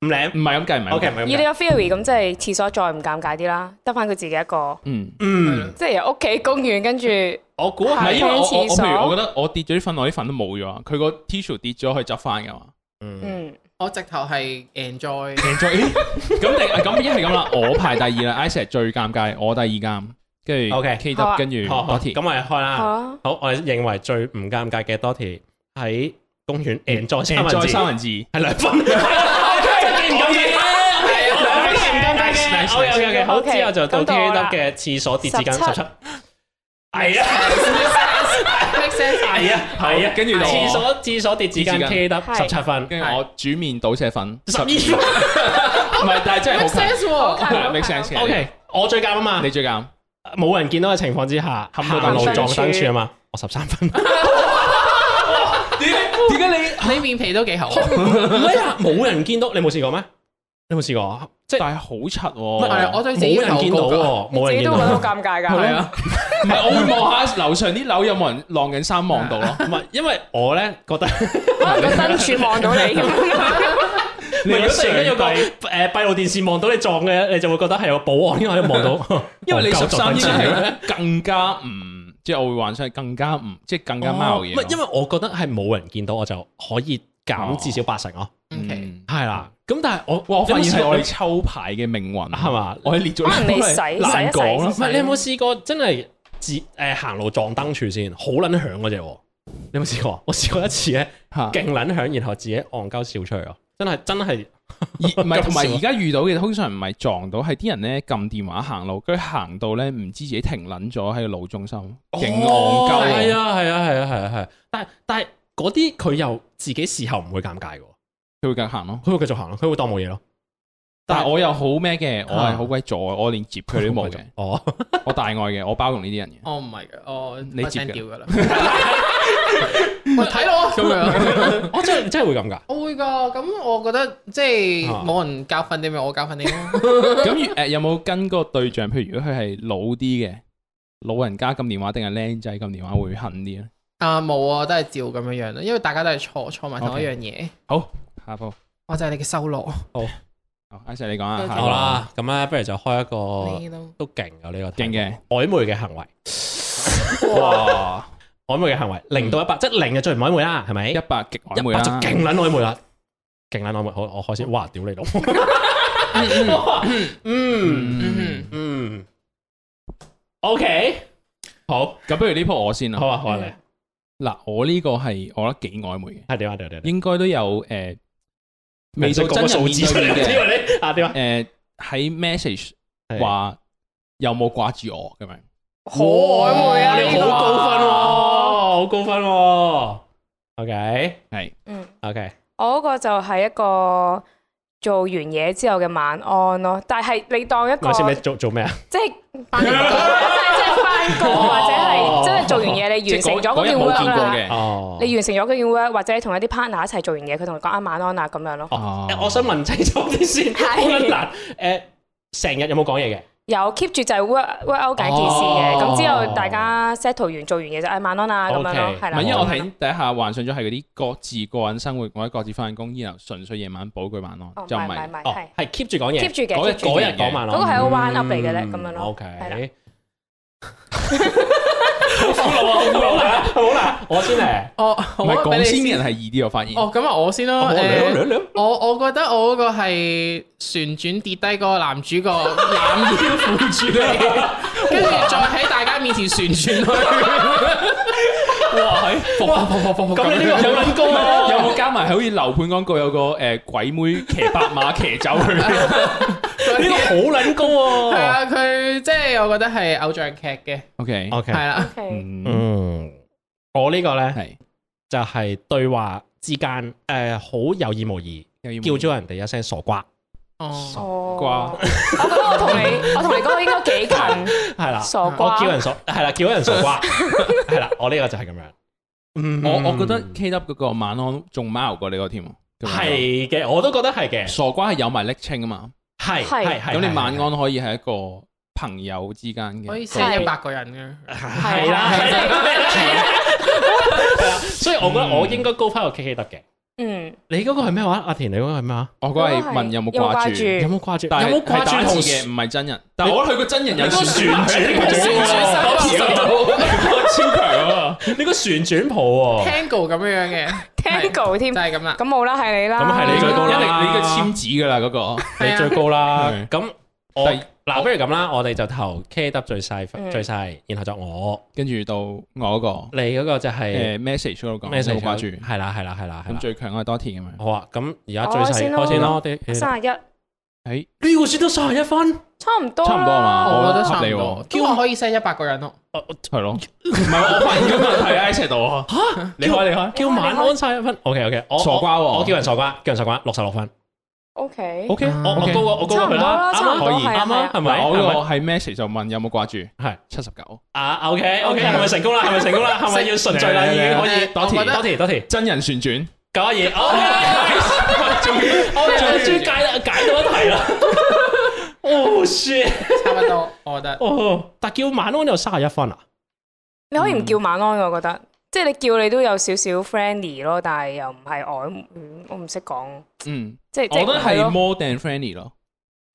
B: 你
A: 唔領。
B: 唔係咁計，唔係咁計
A: OK，唔係咁
D: 以
A: 計
D: 你個 theory 咁，即係廁所再唔尷尬啲啦，得翻佢自己一個，
B: 嗯。
A: 嗯，
D: 即係由屋企公園跟住
A: 我估
B: 唔係因為我我我
D: 廁所
B: 譬如我覺得我跌咗啲粉，我啲粉都冇咗啊，佢個 tissue 跌咗，佢執翻噶嘛。
A: 嗯
D: 嗯
C: 我直頭係 enjoy。
B: 贏咗，咦 咁定咁一係咁啦，我排第二啦，Ice 最尷尬，我第二尷，跟住
A: OK
B: K
D: 好
B: 得
D: 啊
B: 跟住
A: 好，好
B: Dotty，
A: 咁我哋開
D: 好
A: 啦。
D: 啊，
A: 好，我哋認為最唔尷尬嘅 Dotty 喺公園 enjoy 三文
B: 再
A: 治，
B: 三
A: 係
B: 文治，
A: 兩分， 真係唔尷尬兩分唔尷尬嘅。OK OK OK，好，之後就到 T A 得嘅廁所跌紙巾十七，係啊
C: make sense
A: 係啊係啊，
B: 跟住就
A: 廁所廁所跌紙
B: 紙
A: 巾
B: 巾
A: T A 得十七分，
B: 跟住我煮面倒瀉粉，
A: 十二分。
B: 唔係，但係真係
C: make
B: 好啊
C: sense 喎。
D: 近好
B: make sense 嘅
A: OK，我最尷啊嘛
B: 你，最尷，
A: 冇人見到嘅情況之下，
B: 冚
A: 行
B: 到
A: 路
B: 燈柱
A: 撞燈柱啊嘛，我十三分。
B: 點解你？
C: 你面皮都幾厚，
A: 唔係啊，冇人見到，你冇試過咩？你有冇試過啊？即係
B: 但係好柒
C: 係
B: 喎，
C: 我對自己
A: 冇人見到
C: 好高㗎
A: 喎，冇
D: 自
A: 人
D: 己
A: 見
D: 都
A: 到
D: 覺得好
A: 喎。
D: 尷尬
C: 係
D: 㗎。
C: 啊，
B: 唔係我會望下樓上啲樓有冇人晾緊衫望到咯。
A: 唔係，因為我咧覺得，
D: 可能個燈柱望到你 咁樣，
A: 你如果突然間有個
B: 上帝
A: 誒閉路電視望到你撞嘅，你就會覺得係有個保安因為望到，
B: 因為你
A: 哦
B: 十三應該
A: 係
B: 係更加唔，即係我會幻想係更加唔，即係更加貓嘢
A: 唔
B: 咯。
A: 係因為我覺得係冇人見到，我就可以減至少八成咯。
C: OK
B: 嗯
A: 係啦，咁但係我
B: 哇！我發現係我哋
A: 你
B: 抽牌嘅命運，啊
A: 係嘛？
B: 我係列咗
D: 可能你洗
B: 難講
D: 洗一
B: 咯
A: 唔。係你有冇試過真係自誒行路撞燈柱先，好撚響嗰只喎？你有冇試過？ 我試過一次咧，
B: 嚇
A: 勁撚響，然後自己戇鳩笑出嚟咯，真係真係。
B: 而唔係
A: 咁
B: 同埋
A: 少
B: 而家遇到嘅通常唔係撞到，係啲人咧撳電話行路，跟住行到咧唔知自己停撚咗喺個路中心，勁戇
A: 哦係
B: 鳩。
A: 啊係啊係啊係啊係啊，但係但係嗰啲佢又自己事後唔會尷尬嘅喎，
B: 佢會繼續行咯。
A: 佢會繼續行咯，佢會當冇嘢咯。
B: 但係我又好咩嘅，我係好鬼助，我連接佢都冇嘅，
A: 哦，
B: 我大愛嘅，我包容呢啲人嘅。
C: 我唔係嘅，我
B: 你接嘅
C: 掉 噶啦。喂，睇咯咁樣，
A: 我哦真係真係會咁噶。
C: 我會㗎。咁我覺得即係
A: 啊
C: 冇人教訓你，咪我教訓你咯。
B: 咁誒有冇跟個對象？譬如如果佢係老啲嘅，老人家撳電話定係僆仔撳電話會恨啲咧？
C: 啊冇啊，都係照咁樣樣咯，因為大家都係錯錯埋同一
B: OK
C: 樣嘢。
B: 好，下一步，
C: 我就係你嘅修羅，
B: 好阿 Sir 你講啊，下一步
A: 好，啦，咁咧，不如就開一
C: 你
A: 個
C: 咯。
A: 都勁嘅呢個
B: 勁嘅，
A: 曖昧嘅行為，
B: 哇，
A: 曖昧嘅行為零到一百，即係零就最唔曖昧啦，係咪？
B: 一百極
A: 一
B: 曖昧
A: 百就
B: 啦，
A: 勁撚曖昧啦，勁撚曖昧。好，我開始，哇！屌你老母，
B: ừ,
A: 嗯
B: 嗯，
A: 嗯，OK，好，
B: 咁不如呢鋪我先啦
A: 好。啊，好啊，你
B: 嗱，我呢個係我覺得幾曖昧嘅，
A: 係點啊？點啊？點啊？
B: 應該都有誒，未到真人
A: 數
B: 面
A: 字出
B: 對
A: 嚟，
B: 面嘅。
A: 你啊點啊？
B: 誒喺 message 話有冇掛住我咁樣，
D: 好曖昧啊！
A: 你
D: 呢個
A: 好高分喎，好高分喎。OK
B: 係
D: 嗯，
A: OK，
D: 我嗰個就係一個做完嘢之後嘅晚安咯，但係你當一個
A: 我先你做做咩啊？
D: 即係翻工，即係即係翻工或者
A: 哦
D: 係真係做完嘢你
B: 即係
D: 完成咗
B: 嗰
D: 嗰
B: 日
D: 件
B: 冇見
D: work
B: 過
D: 啦。
B: 嘅。
A: 哦，
D: 你完成咗嗰件 work，或者你同一啲 partner 一齊做完嘢，佢同你講啊晚安啦咁樣咯。
B: 哦
A: 誒我想問清楚啲先，
D: 係
A: 好撚難誒，成日有冇講嘢嘅？
D: 有 keep 住就係 work work out 緊件事嘅，
A: 哦
D: 咁之後大家 settle 完做完嘢就啊晚安啦咁樣
A: OK
D: 咯，係
B: 唔
D: 啦。
B: 係，因為我睇第一下幻想咗係嗰啲各自個人生活，或者各自翻工，然後純粹夜晚補句晚
D: 哦
B: 安，
D: 唔
B: 就
D: 係
B: 唔
D: 唔係
B: 係
D: 唔係
A: 哦
D: 係，
A: 係 Ờ, keep 住講
D: keep
A: 嘢，
D: 住嘅
B: 嗰日
D: keep 住
A: 嗰
D: 嘅
A: 日講晚
D: 嗰個
A: 咯。
D: 係一個 one up 嚟嘅咧，
B: 嗯
D: 咁樣咯。係啦
A: OK，好老啊，好難啊，好難。我先嚟，
C: 我
B: 唔
C: 哦我
B: 係
C: 俾
B: 講
C: 你
B: 先嘅人係易啲，我發現。
C: 哦，咁啊，我先咯。
A: 我兩
C: 誒
A: 兩兩。
C: 我我覺得我嗰個係旋轉跌低嗰個男主角 攬腰扶住你，跟住再喺大家面前旋轉去。
B: 哇，係服服服服服
A: 咁你呢個
B: 有
A: 好撚高啊
B: 有冇加埋好似樓盤廣告有個誒鬼妹騎白馬騎走佢？
A: 呢個好撚高喎。
C: 係啊，佢即係我覺得係偶像劇嘅，
B: OK，
A: OK，
C: 係啦，
D: OK，
B: 嗯，
A: 嗯，啊我呢個咧
B: 係
A: 就係對話之間誒好有意無意
B: 又要
A: 叫咗人哋一聲傻瓜，
C: 哦，
D: 哦，我覺得我同你，我同你嗰個應該幾近，
A: 係啦，
D: 傻瓜
A: 我叫人傻，係啦，叫咗人傻 瓜，係啦，我呢個就係咁樣。嗯
B: 我我覺得 K W 嗰個晚安仲貓過你個添喎，
A: 係嘅，我都覺得係嘅，
B: 傻瓜係有埋昵稱啊嘛，
A: 係
D: 係
A: 係係。
B: 咁你晚
A: 係
B: 安可以係一個朋友之間嘅，
C: 可以
B: 係
C: 寫一百個人
A: 係啦，係啦係啦，所以我覺得我應該高翻個 K K 得嘅。
D: 嗯，
A: 嗯你嗰個係咩話？阿田，你嗰個係咩話？
B: 我嗰日係問有冇掛住。
A: 有冇掛住？
B: 但係
A: 有冇掛
B: 係打
A: 住
B: 字
A: 同
B: 嘅，唔係真人。但係我覺得佢個真人有
A: 旋轉
C: 旋轉
B: 超強啊！
A: 你個旋轉抱
C: 嘅
A: 喎，
C: ，Tango 咁樣樣嘅，
D: Tango
C: 就
D: 添，
C: 係咁啦。
D: 咁冇啦，係你啦，
A: 咁係你最高啦
B: 一定你嘅簽字噶啦嗰個。
A: 你最高啦
B: 係。
A: 咁我
B: 第
A: 嗱，不如咁啦，我哋就投 K 得最細
D: 嗯
A: 最細，然後就我，
B: 跟住到我嗰個
A: 你嗰個就係
B: 誒 message 啊哦嗰度講，
A: 咩
B: 你
A: 成
B: 冇掛住。
A: 係啦係啦係啦係
B: 咁
A: 啦。
B: 最強嘅係多田咁樣。
A: 好啊，咁而家最
D: 我先
A: 細
D: 咯
A: 開先咯，啲呢
D: 三十一，
B: 誒，
A: 個先得三十一分，
D: 差唔多啦，
B: 差唔多係
D: 哦
B: 嘛
C: 我覺得差
B: 合
C: 唔
B: 理
C: 多
B: 喎，
C: 都話可以 set 一百個人咯。
B: 係咯。唔係我發現咗問題 喺尺度啊！嚇，你開你開。
A: 叫晚安三一分。OK OK，我
B: 傻瓜喎
A: 我我叫人傻瓜，叫人傻瓜六十六分。
D: O K，
B: O K，
A: 我我高過我高過佢啦，
D: 哎啊差
A: 啱
D: 唔多
A: 啊
D: 啦差
A: 啱
D: 唔多係
A: 啊
D: 啊，
A: 係咪？
B: 嗱，我
A: 係咪
B: 嗰個係 message 就問有冇掛住，
A: 係
B: 七十九。
A: 啊，OK OK，係咪成 功啦？係咪成功啦？係咪要順序啦？已經可以
C: 我覺得
A: 多謝多謝。
B: 真人旋轉，
A: 九 啊二，哦，終於，我哋終於解啦，解到一題啦。 哦 shit！
C: 差不多，我覺得。
A: 哦，但叫晚安有三十一分啊。
D: 你
B: 嗯
D: 可以唔叫晚安嘅，我覺得，即係你叫你都有少少 friendly 咯，但係又唔係曖，嗯我唔識講，
B: 嗯，
D: 即係
B: 我覺得
D: 即
B: 係
D: 係咯
B: more than friendly 咯，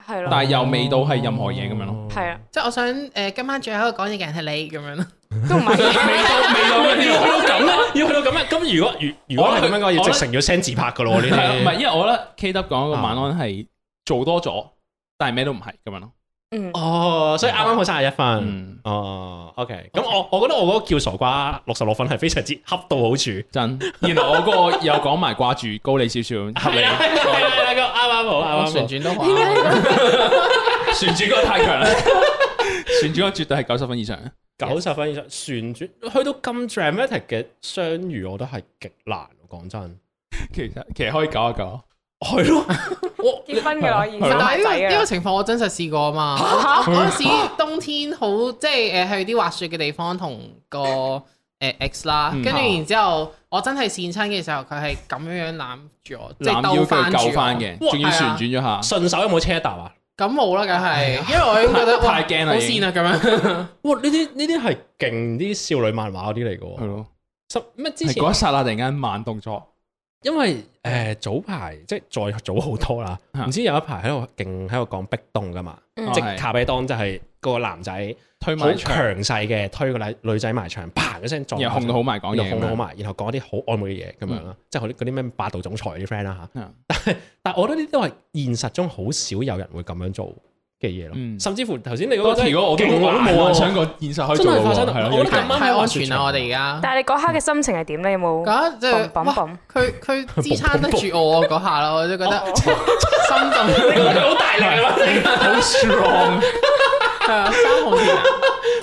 D: 係咯，
B: 但係又未到係任何嘢咁樣咯。
D: 係啊，
C: 即係我想誒，今晚最後一個講嘢嘅人係你咁樣咯。
D: 都唔 係。
B: 未到
A: 要去到咁啊，要去到咁啊。咁如果如如果係咁樣嘅話，要直成要 send 自拍噶咯呢
B: 係啊，唔係，啊
A: 啲。
B: 因為我覺得 K W 講個晚安係做多咗，但係咩都唔係咁樣咯。
D: 嗯，
A: 哦，所以啱啱好三十一分。
B: 嗯，
A: 哦，OK，咁我我覺得我嗰個叫傻瓜六十六分係非常之恰到好處，
B: 真。然後我嗰個又講埋掛住高你少少，合理
A: 係。啦係啦係啦，個啱啱好
C: 我
A: 啱啊啱
C: 旋
A: 好。
C: 轉都好。
B: 旋轉嗰個太強 啦，旋轉嗰個絕對係九十分以上。
A: 九十分以上旋轉，去到咁 dramatic 嘅相遇，我覺得係極難。講真，
B: 其實其實可以九啊九，
A: 係咯，
C: 我
D: 結婚嘅啦，
B: 啊
D: 已經生
C: 但係
D: 埋
C: 呢
D: 仔啊
C: 個呢
D: 嘅
C: 個
D: 啦。
C: 情況我真實試過啊嘛。我嗰陣時冬天好即係誒去啲滑雪嘅地方同個誒 ex 啦，
B: 嗯
C: 跟住然之後我真係跣親嘅時候，佢係咁樣樣攬住我，即係
B: 攬腰
C: 兜
B: 佢
C: 翻
B: 救翻
C: 住啊
B: 嘅，
A: 哇
B: 仲要旋轉咗下，
A: 順手有冇車搭啊？
C: 我。咁冇啦，梗 係，因為我已經覺得
B: 太
C: 哇
B: 太驚啦
C: 好
B: 已經
C: 跣啊咁 樣。
A: 哇！呢啲呢啲係勁啲少女漫畫嗰啲嚟嘅
B: 係
A: 喎。
B: 咯，
A: 十咩之
B: 係
A: 前
B: 嗰一剎那突然間慢動作，
A: 因為誒、呃早排即係再早好多啦，
B: 啊
A: 唔知有一排喺度勁喺度講壁咚噶嘛，
D: 嗯
A: 即
B: 係
A: 係卡比當就係個男仔
B: 推
A: 好
B: 埋
A: 強
B: 牆，
A: 勢嘅推個女女仔埋牆，砰一聲撞下牆，
B: 然後控到好埋講
A: 然
B: 嘢
A: 後
B: 咁樣，嗯
A: 控到好埋，然後講啲好曖昧嘅嘢咁樣啦，即係嗰啲嗰啲咩霸道總裁啲 friend 啦嚇。
B: 啊
A: 但係我覺得呢啲都係現實中好少有人會咁樣做嘅嘢咯，
B: 嗯
A: 甚至乎頭先你嗰
B: 嗰
A: 個
B: 條我都我都冇幻想過現實可以
A: 真
B: 做
A: 係
B: 到
A: 發
B: 喎，
A: 生
B: 係咯
A: 我
B: 有
A: 覺
B: 啲
A: 得咁啱喺
C: 太安
A: 滑雪
C: 全啦！
A: 場
C: 我哋而家。
D: 但係你嗰刻嘅心情係點咧？有冇
C: 嗰即係
D: 砰砰
C: 哇
D: 砰
C: 佢佢支撐得住我嗰下啦，我都覺得心動。
A: 佢好大量啊！
B: 好 strong，
C: 係啊，三號線啊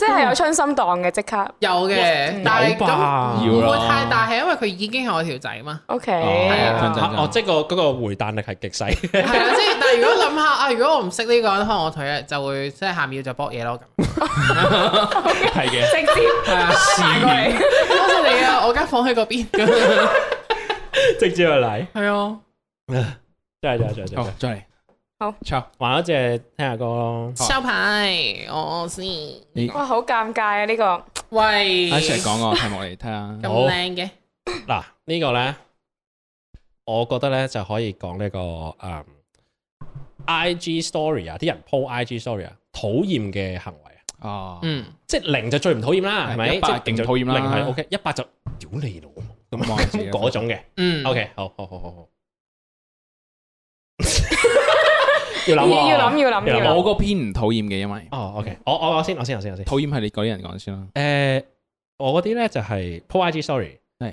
D: 即係有春心盪嘅即刻
C: 有嘅，但係
A: 有吧
C: 咁唔
B: 要
C: 會
B: 啦
C: 太大，係因為佢已經係我條仔嘛。
B: 係
D: ？OK，
B: 啊真真
A: 哦，即係個嗰個回彈力係極細。
C: 係啊，即係但係如果諗下啊，如果我唔識呢個人，可能我同佢就會即係下秒就搏 嘢咯咁。
B: 係嘅，
D: 直接
C: 係啊，
D: 行過嚟。
C: 多謝你啊，我間房喺嗰邊。係
A: 直接就嚟，
C: 啊，
A: 真係真係真係真係
B: 好。再嚟，
D: 好
B: ，Ciao，
A: 玩一隻聽下歌咯。
B: 好
C: 收牌我啊哦先。
B: 你
D: 哇，好尷尬啊！呢個
C: 喂，
B: 一齊講個題目嚟睇
C: 咁
B: 下，
A: 好
C: 靚嘅，
A: 嗱，呢個咧，我覺得咧就可以講呢、個誒、I G story 啊，啲人 po I G story 啊，討厭嘅行為啊，
B: 哦，
C: 嗯，
A: 即係零就最唔討厭啦，
B: 係
A: 係咪？
B: 一百
A: 即係零就
B: 勁討厭啦
A: 零係 OK，一百就屌你老母咁
B: 望自
A: 咁
B: 己
A: 嗰種嘅。
C: 嗯
A: OK，好好好好 好，要
D: 要
A: 諗喎
D: 要諗要諗
A: 有
D: 要
A: 冇
B: 我
D: 諗。
B: 個篇唔討厭嘅，因為
A: 哦，OK，我我我先，我先，我先，我先。誒、
B: 討厭係你嗰啲人講先啦，
A: 我嗰啲咧就係、po I G story，
B: 係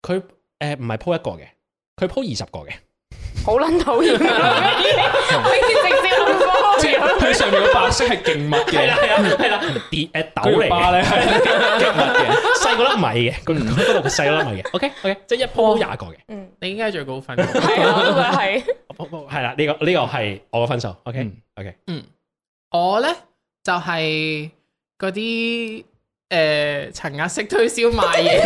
A: 佢誒唔係 po 一個嘅，佢 po 二十個嘅。
D: 好撚討厭 啊！我已經直接諗過
B: 即係 佢上面個白色係勁密
A: 係啦
B: 嘅，
A: 係啦係啦，跌誒豆
B: 佢
A: 嚟
B: 條巴
A: 嘅，
B: 咧係
A: 極密嘅，細嗰粒米嘅，佢
B: 嗯
A: 嗰度細嗰粒米嘅，OK OK，即係一 鋪廿個嘅，
D: 嗯，
C: 你應該係最高分。
D: 係啊我都覺得係。
A: 係啦，呢個呢個係我嘅分數，OK
B: 嗯
A: OK，
C: 我咧就係嗰啲誒層壓式推銷賣嘢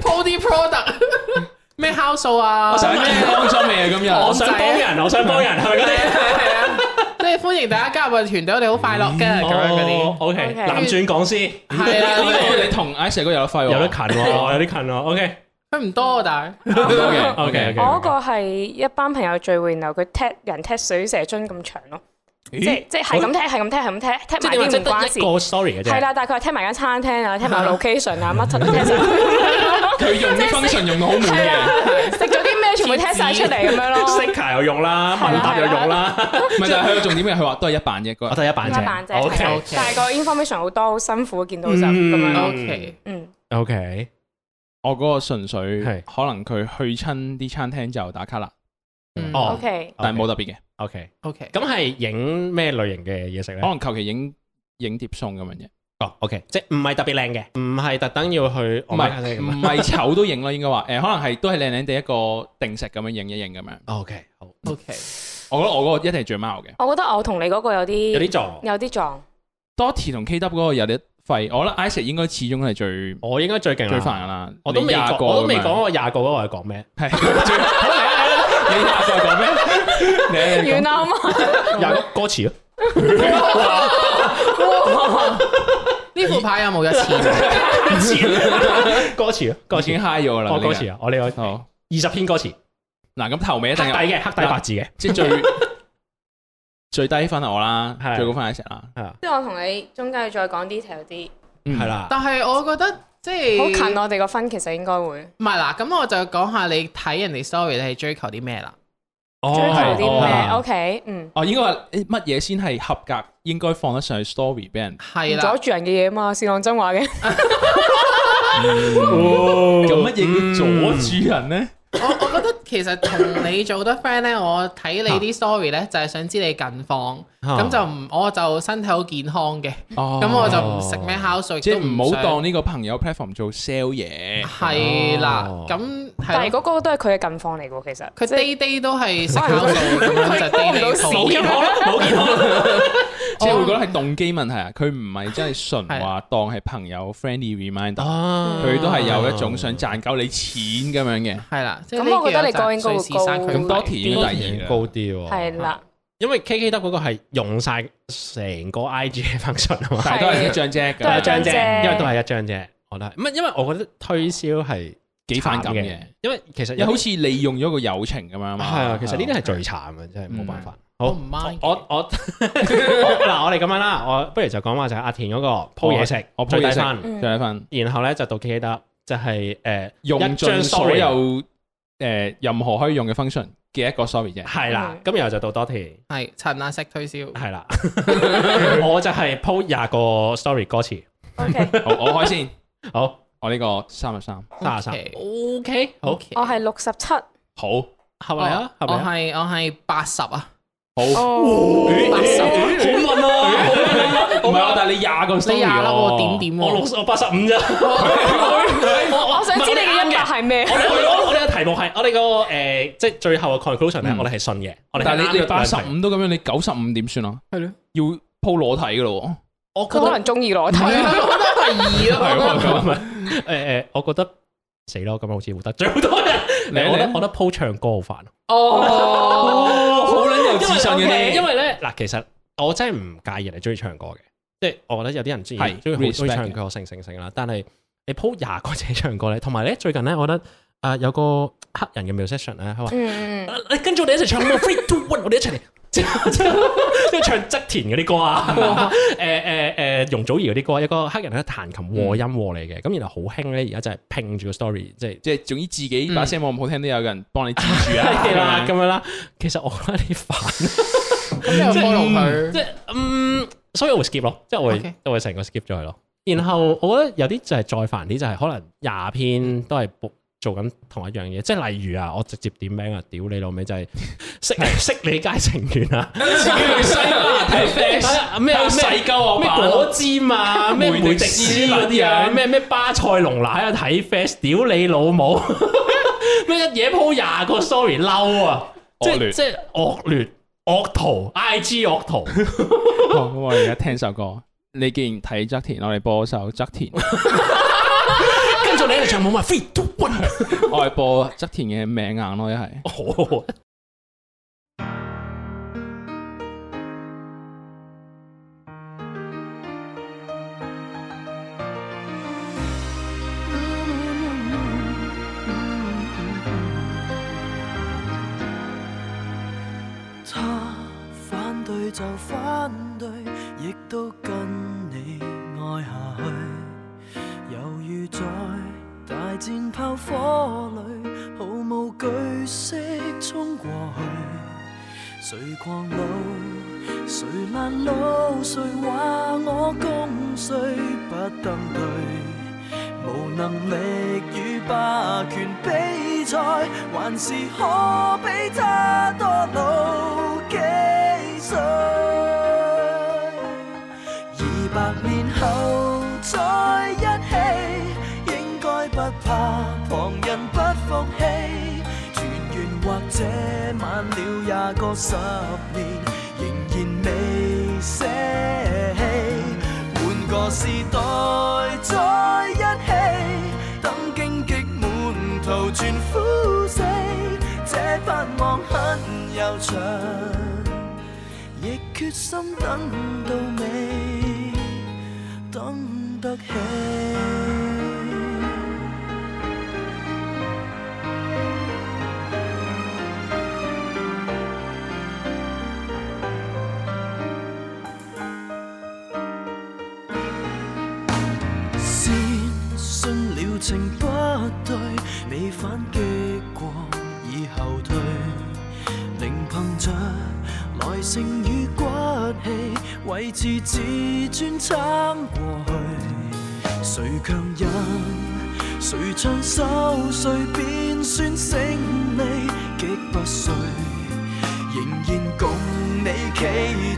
C: po 啲 product 咩酵素啊，
B: 我想健康咗未啊？今日
A: 我想幫人，我想幫人，係咪嗰啲？
C: 係啊，即係歡迎大家加入我哋團隊，我哋好快樂嘅
D: 啊
C: 咁樣
A: 哦
C: 嗰啲，
A: OK，
D: OK
A: 男轉講先，
C: 係啦，
B: 呢
C: 呢
B: 個你同 Ice 哥有得揮喎，
A: 有得近喎，有啲近喎，OK
C: 個佢唔多但係
B: 嘅
A: OK
D: 我嗰個係一班朋友聚會，然後佢踢人踢水蛇樽咁長咯，即係即係係咁踢，係咁踢，係咁踢，踢
A: 即係
D: 埋
A: 你話
D: 啲
A: 即
D: 唔
A: 係
D: 關
A: 得
D: 事
A: 一。個 story 嘅啫，
D: 係啦，但係佢話聽埋間餐廳 啊，聽埋 location 啊，乜柒都聽晒。
B: 佢用啲 function 用到好滿
D: 係啊
B: 嘅。
D: 啦，食咗啲咩全部聽晒出嚟咁樣咯。
A: ，sticker 有用啦，問答有用啦，
B: 唔係，但係佢個重點嘅，佢話都係一版啫，嗰
A: 我
B: 日
A: 得一版
D: 一版
A: 啫
D: 啫，係啦
A: ，OK
C: ，OK
D: 但係個 information 好多，好辛苦見到就咁樣
A: 嗯
D: 咯。
C: OK，
D: 嗯，
A: OK，
B: 我嗰個純粹
A: 係
B: 可能佢去親啲餐廳就打卡啦，
C: 嗯
A: 哦
D: OK，
B: 但係冇特別嘅，
A: OK，
C: OK，
A: 咁係影咩類型嘅嘢食咧
B: 可？能求其影影碟餸咁樣啫，
A: 哦，OK，即係唔係特別靚嘅，唔係特登要去
B: 唔係唔係醜都影啦，應該話誒，可能係都係靚靚地一個定食咁樣影一影咁樣。
A: OK，好，
C: OK，
B: 我覺得我嗰個一定係最貓嘅
D: 我覺得我同你嗰個有
A: 有啲
D: 啲
A: 撞，
D: 有啲撞，
B: ，Dotty 同 K W 嗰個有啲廢，我覺得 Ice 應該始終係最
A: 我應該最勁
B: 最煩
A: 啦，
B: 噶啦，
A: 我都
B: 你
A: 未
B: 廿
A: 講，
B: 個
A: 我都未
B: 咁樣
A: 講，我廿個嗰個係講咩？
B: 係最好嚟啊嚟啊你廿個係講咩？你
D: 遠啦好嘛？
A: 廿個歌詞咯，
C: 呢副牌有冇一次？
A: 歌詞咯，歌
B: 我已經
A: 詞，
B: 嗨咗啦，
A: 我歌
B: 嗰
A: 詞
B: 次
A: 啊，我呢個
B: 好。
A: 二十篇歌詞，
B: 嗱，咁頭尾一
A: 黑
B: 定
A: 底
B: 係
A: 嘅，黑底白字嘅，
B: 即係最最低分係我啦，
A: 係
B: 最高分係 Ish 啦，
D: 即係我同你中間要再講 detail 啲，
A: 係，
B: 嗯
A: 啦，
C: 但係我覺得即係
D: 好近啊我哋個分其實應該會。
C: 唔係啦，咁我就講下你睇人哋 story 你係追求啲咩啦。
A: 哦
D: 追求啲咩
B: 係哦
D: ？OK，嗯，
B: 哦，應該話誒乜嘢先係合格，應該放得上去 story 俾人。
C: 係
D: 唔
C: 啦
D: 阻，住人嘅嘢嘛，是講真話嘅。
A: 咁嗯
B: 咁乜嘢叫阻住人咧？
C: 我我覺得其實同你做得 friend 咧，我睇你啲 story 咧，就係想知你近況，咁就唔我就身體好健康嘅，
A: 嗯
B: 哦
C: 咁我就唔食咩酵素，亦
B: 即係
C: 都
B: 唔好
C: 想
B: 當呢個朋友 platform 做 sell 嘢。
C: 係啦
A: 哦。
C: 咁係
D: 但係
C: 咯
D: 嗰個都係佢嘅近況嚟嘅喎，其實
C: 佢
D: 即係
C: day day 都係食酵素咁樣就 day
D: 佢幫唔
C: day
D: 到事
C: 冇
A: 冇健康啦，冇健康啦。
B: 即係會覺得係動機問題啊！佢唔係真係純話當係朋友 friendly reminder，
A: 啊
B: 佢都係有一種想賺夠你錢咁樣嘅。
C: 係啦，即係
D: 咁我覺得你
C: 個
D: 個應該會高
B: 咁多田已經第二啦
A: 高啲喎。
D: 係啦，
A: 因為 K K 得嗰個係用晒成個 I G 嘅 function 啊嘛，
B: 但係都係一張啫，
D: 都係一張
A: 啫，
D: 啫
A: 因為都係一張啫。我覺得唔係，因為我覺得推銷係
B: 幾反感
A: 慘
B: 嘅，，
A: 因為其實
B: 又
A: 有
B: 好似利用咗個友情咁樣嘛。
A: 係啊，其實呢啲係最慘嘅，真係冇辦法。好，
C: 我唔 mind
A: 我我嗱，我哋咁樣啦，我不如就講話就係阿田嗰個鋪嘢食，
B: 我鋪
A: 最
B: 嘢
A: 低
B: 食
A: 分，
D: 嗯
B: 最低分，
A: 然後咧就到 K K 得就係誒
B: 用
A: 一張
B: 盡所
A: sorry
B: 有誒任何可以用嘅 function 嘅一個 sorry 啫。
A: 係啦，咁然後就到多田。
C: 係陳亞式推銷，
A: 係啦， 我就係鋪廿個 story 歌詞，
D: ，OK，
B: 好，我開先，
A: 好
B: 我呢個三十三，
A: 三十三
C: OK
A: ，OK，好，
C: OK
D: 我係六十七，
A: 哦
B: 好，
A: 係咪啊？係
C: 我
A: 咪啊？
C: 係我係八十啊，
B: 好，
D: 哦，
C: 八十，
A: 好問啊！
B: 唔係我，但係你廿個 story
C: 你廿粒我點點
A: 我
C: 喎，
A: 六我八十五咋？
D: 我想知你嘅音樂係咩
A: 我？哋我哋我哋嘅題目係我哋個誒，即係最後嘅 conclusion 咧，嗯我哋係信嘅。我哋
B: 但係你你八十
A: 五，
B: 五都咁樣，你九十五點算啊？
C: 係咯，
B: 要鋪裸體噶咯
C: 我
D: 佢
C: 覺
D: 可
C: 得
D: 能中意裸體，
C: 係啊我覺得係
B: 喎，
C: 二咯，我覺得
A: 啊
B: 咁
A: 誒 誒，我覺得死咯，咁好似活得最好多 人。
B: 你
A: 我覺得
B: 你
A: 我覺得鋪唱歌好煩。
C: 哦，
B: 好撚有自信嘅
A: 因為
B: 添，
A: 因為咧嗱，其實我真係唔介意人哋中意唱歌嘅，即係我覺得有啲人中意
B: 係
A: 中意好中
B: respect
A: 意
B: 嘅
A: 唱歌，成成成啦。但係你鋪廿個 自己唱歌咧，同埋咧最近咧，我覺得啊有個黑人嘅 musician 咧，佢話
D: 嗯，嗯
A: 啊你跟住我哋一齊唱《Three Two One》，我哋一齊嚟。 即係即係即係唱側田嗰啲歌啊， 誒誒誒容祖兒嗰啲歌，有個黑人喺度彈琴和音和嚟嘅，咁然後好興咧，而家就係拼住個 story，即係
B: 即係總之自己把聲冇咁好聽，都有人幫你支住啊，
A: 嗯係啦咁樣啦。其實我覺得你煩。
C: 咁又 follow
A: 即
C: 佢，
A: 係嗯，所以我會 skip 咯，即係我會
C: OK
A: 我會成個 skip 咗佢咯。然後我覺得有啲就係再煩啲，就係可能廿篇都係播做緊同一樣嘢，即係例如啊，我直接點名啊，屌你老味就係識識你街成員啊，
B: 自己去西班牙睇 fans，
A: 啊咩
B: 咩
A: 咩
B: 細鳩我
A: 咩
B: 版
A: 果汁啊，咩
B: 梅
A: 梅
B: 迪
A: 迪
B: 斯
A: 斯嗰啲
B: 嗰啲
A: 啊
B: 啊，
A: 咩咩巴塞隆拿喺度睇 fest，屌你老 母，咩一嘢鋪廿個 sorry 嬲啊，即
B: 惡劣
A: 係即係惡劣惡徒 IG 惡 徒。
B: 好咁我而家聽首歌。你既然睇側田，我哋播首側田，
A: 跟住你哋唱冇埋 three two one，
B: 我哋播側田嘅命硬咯，一係。
A: 好
E: 他反對就反對，亦都跟你愛下去。猶如在大戰炮火裏，毫無懼色衝過去。誰狂怒，誰攔路，誰話我功衰不登對。無能力與霸權比賽，還是可比他多老幾歲？二百年後再一起，應該不怕旁人不服氣。團圓或者晚了廿個十年，仍然未捨棄。換個時代再一起，等荊棘滿途全枯死，這盼望很悠長，亦決心等到尾，等得起。先信了情不對，你反擊過以後退，寧憑着耐性與骨氣維持自尊撐過去。誰強忍，誰唱首，誰便算勝利，擊不碎。仍然共你企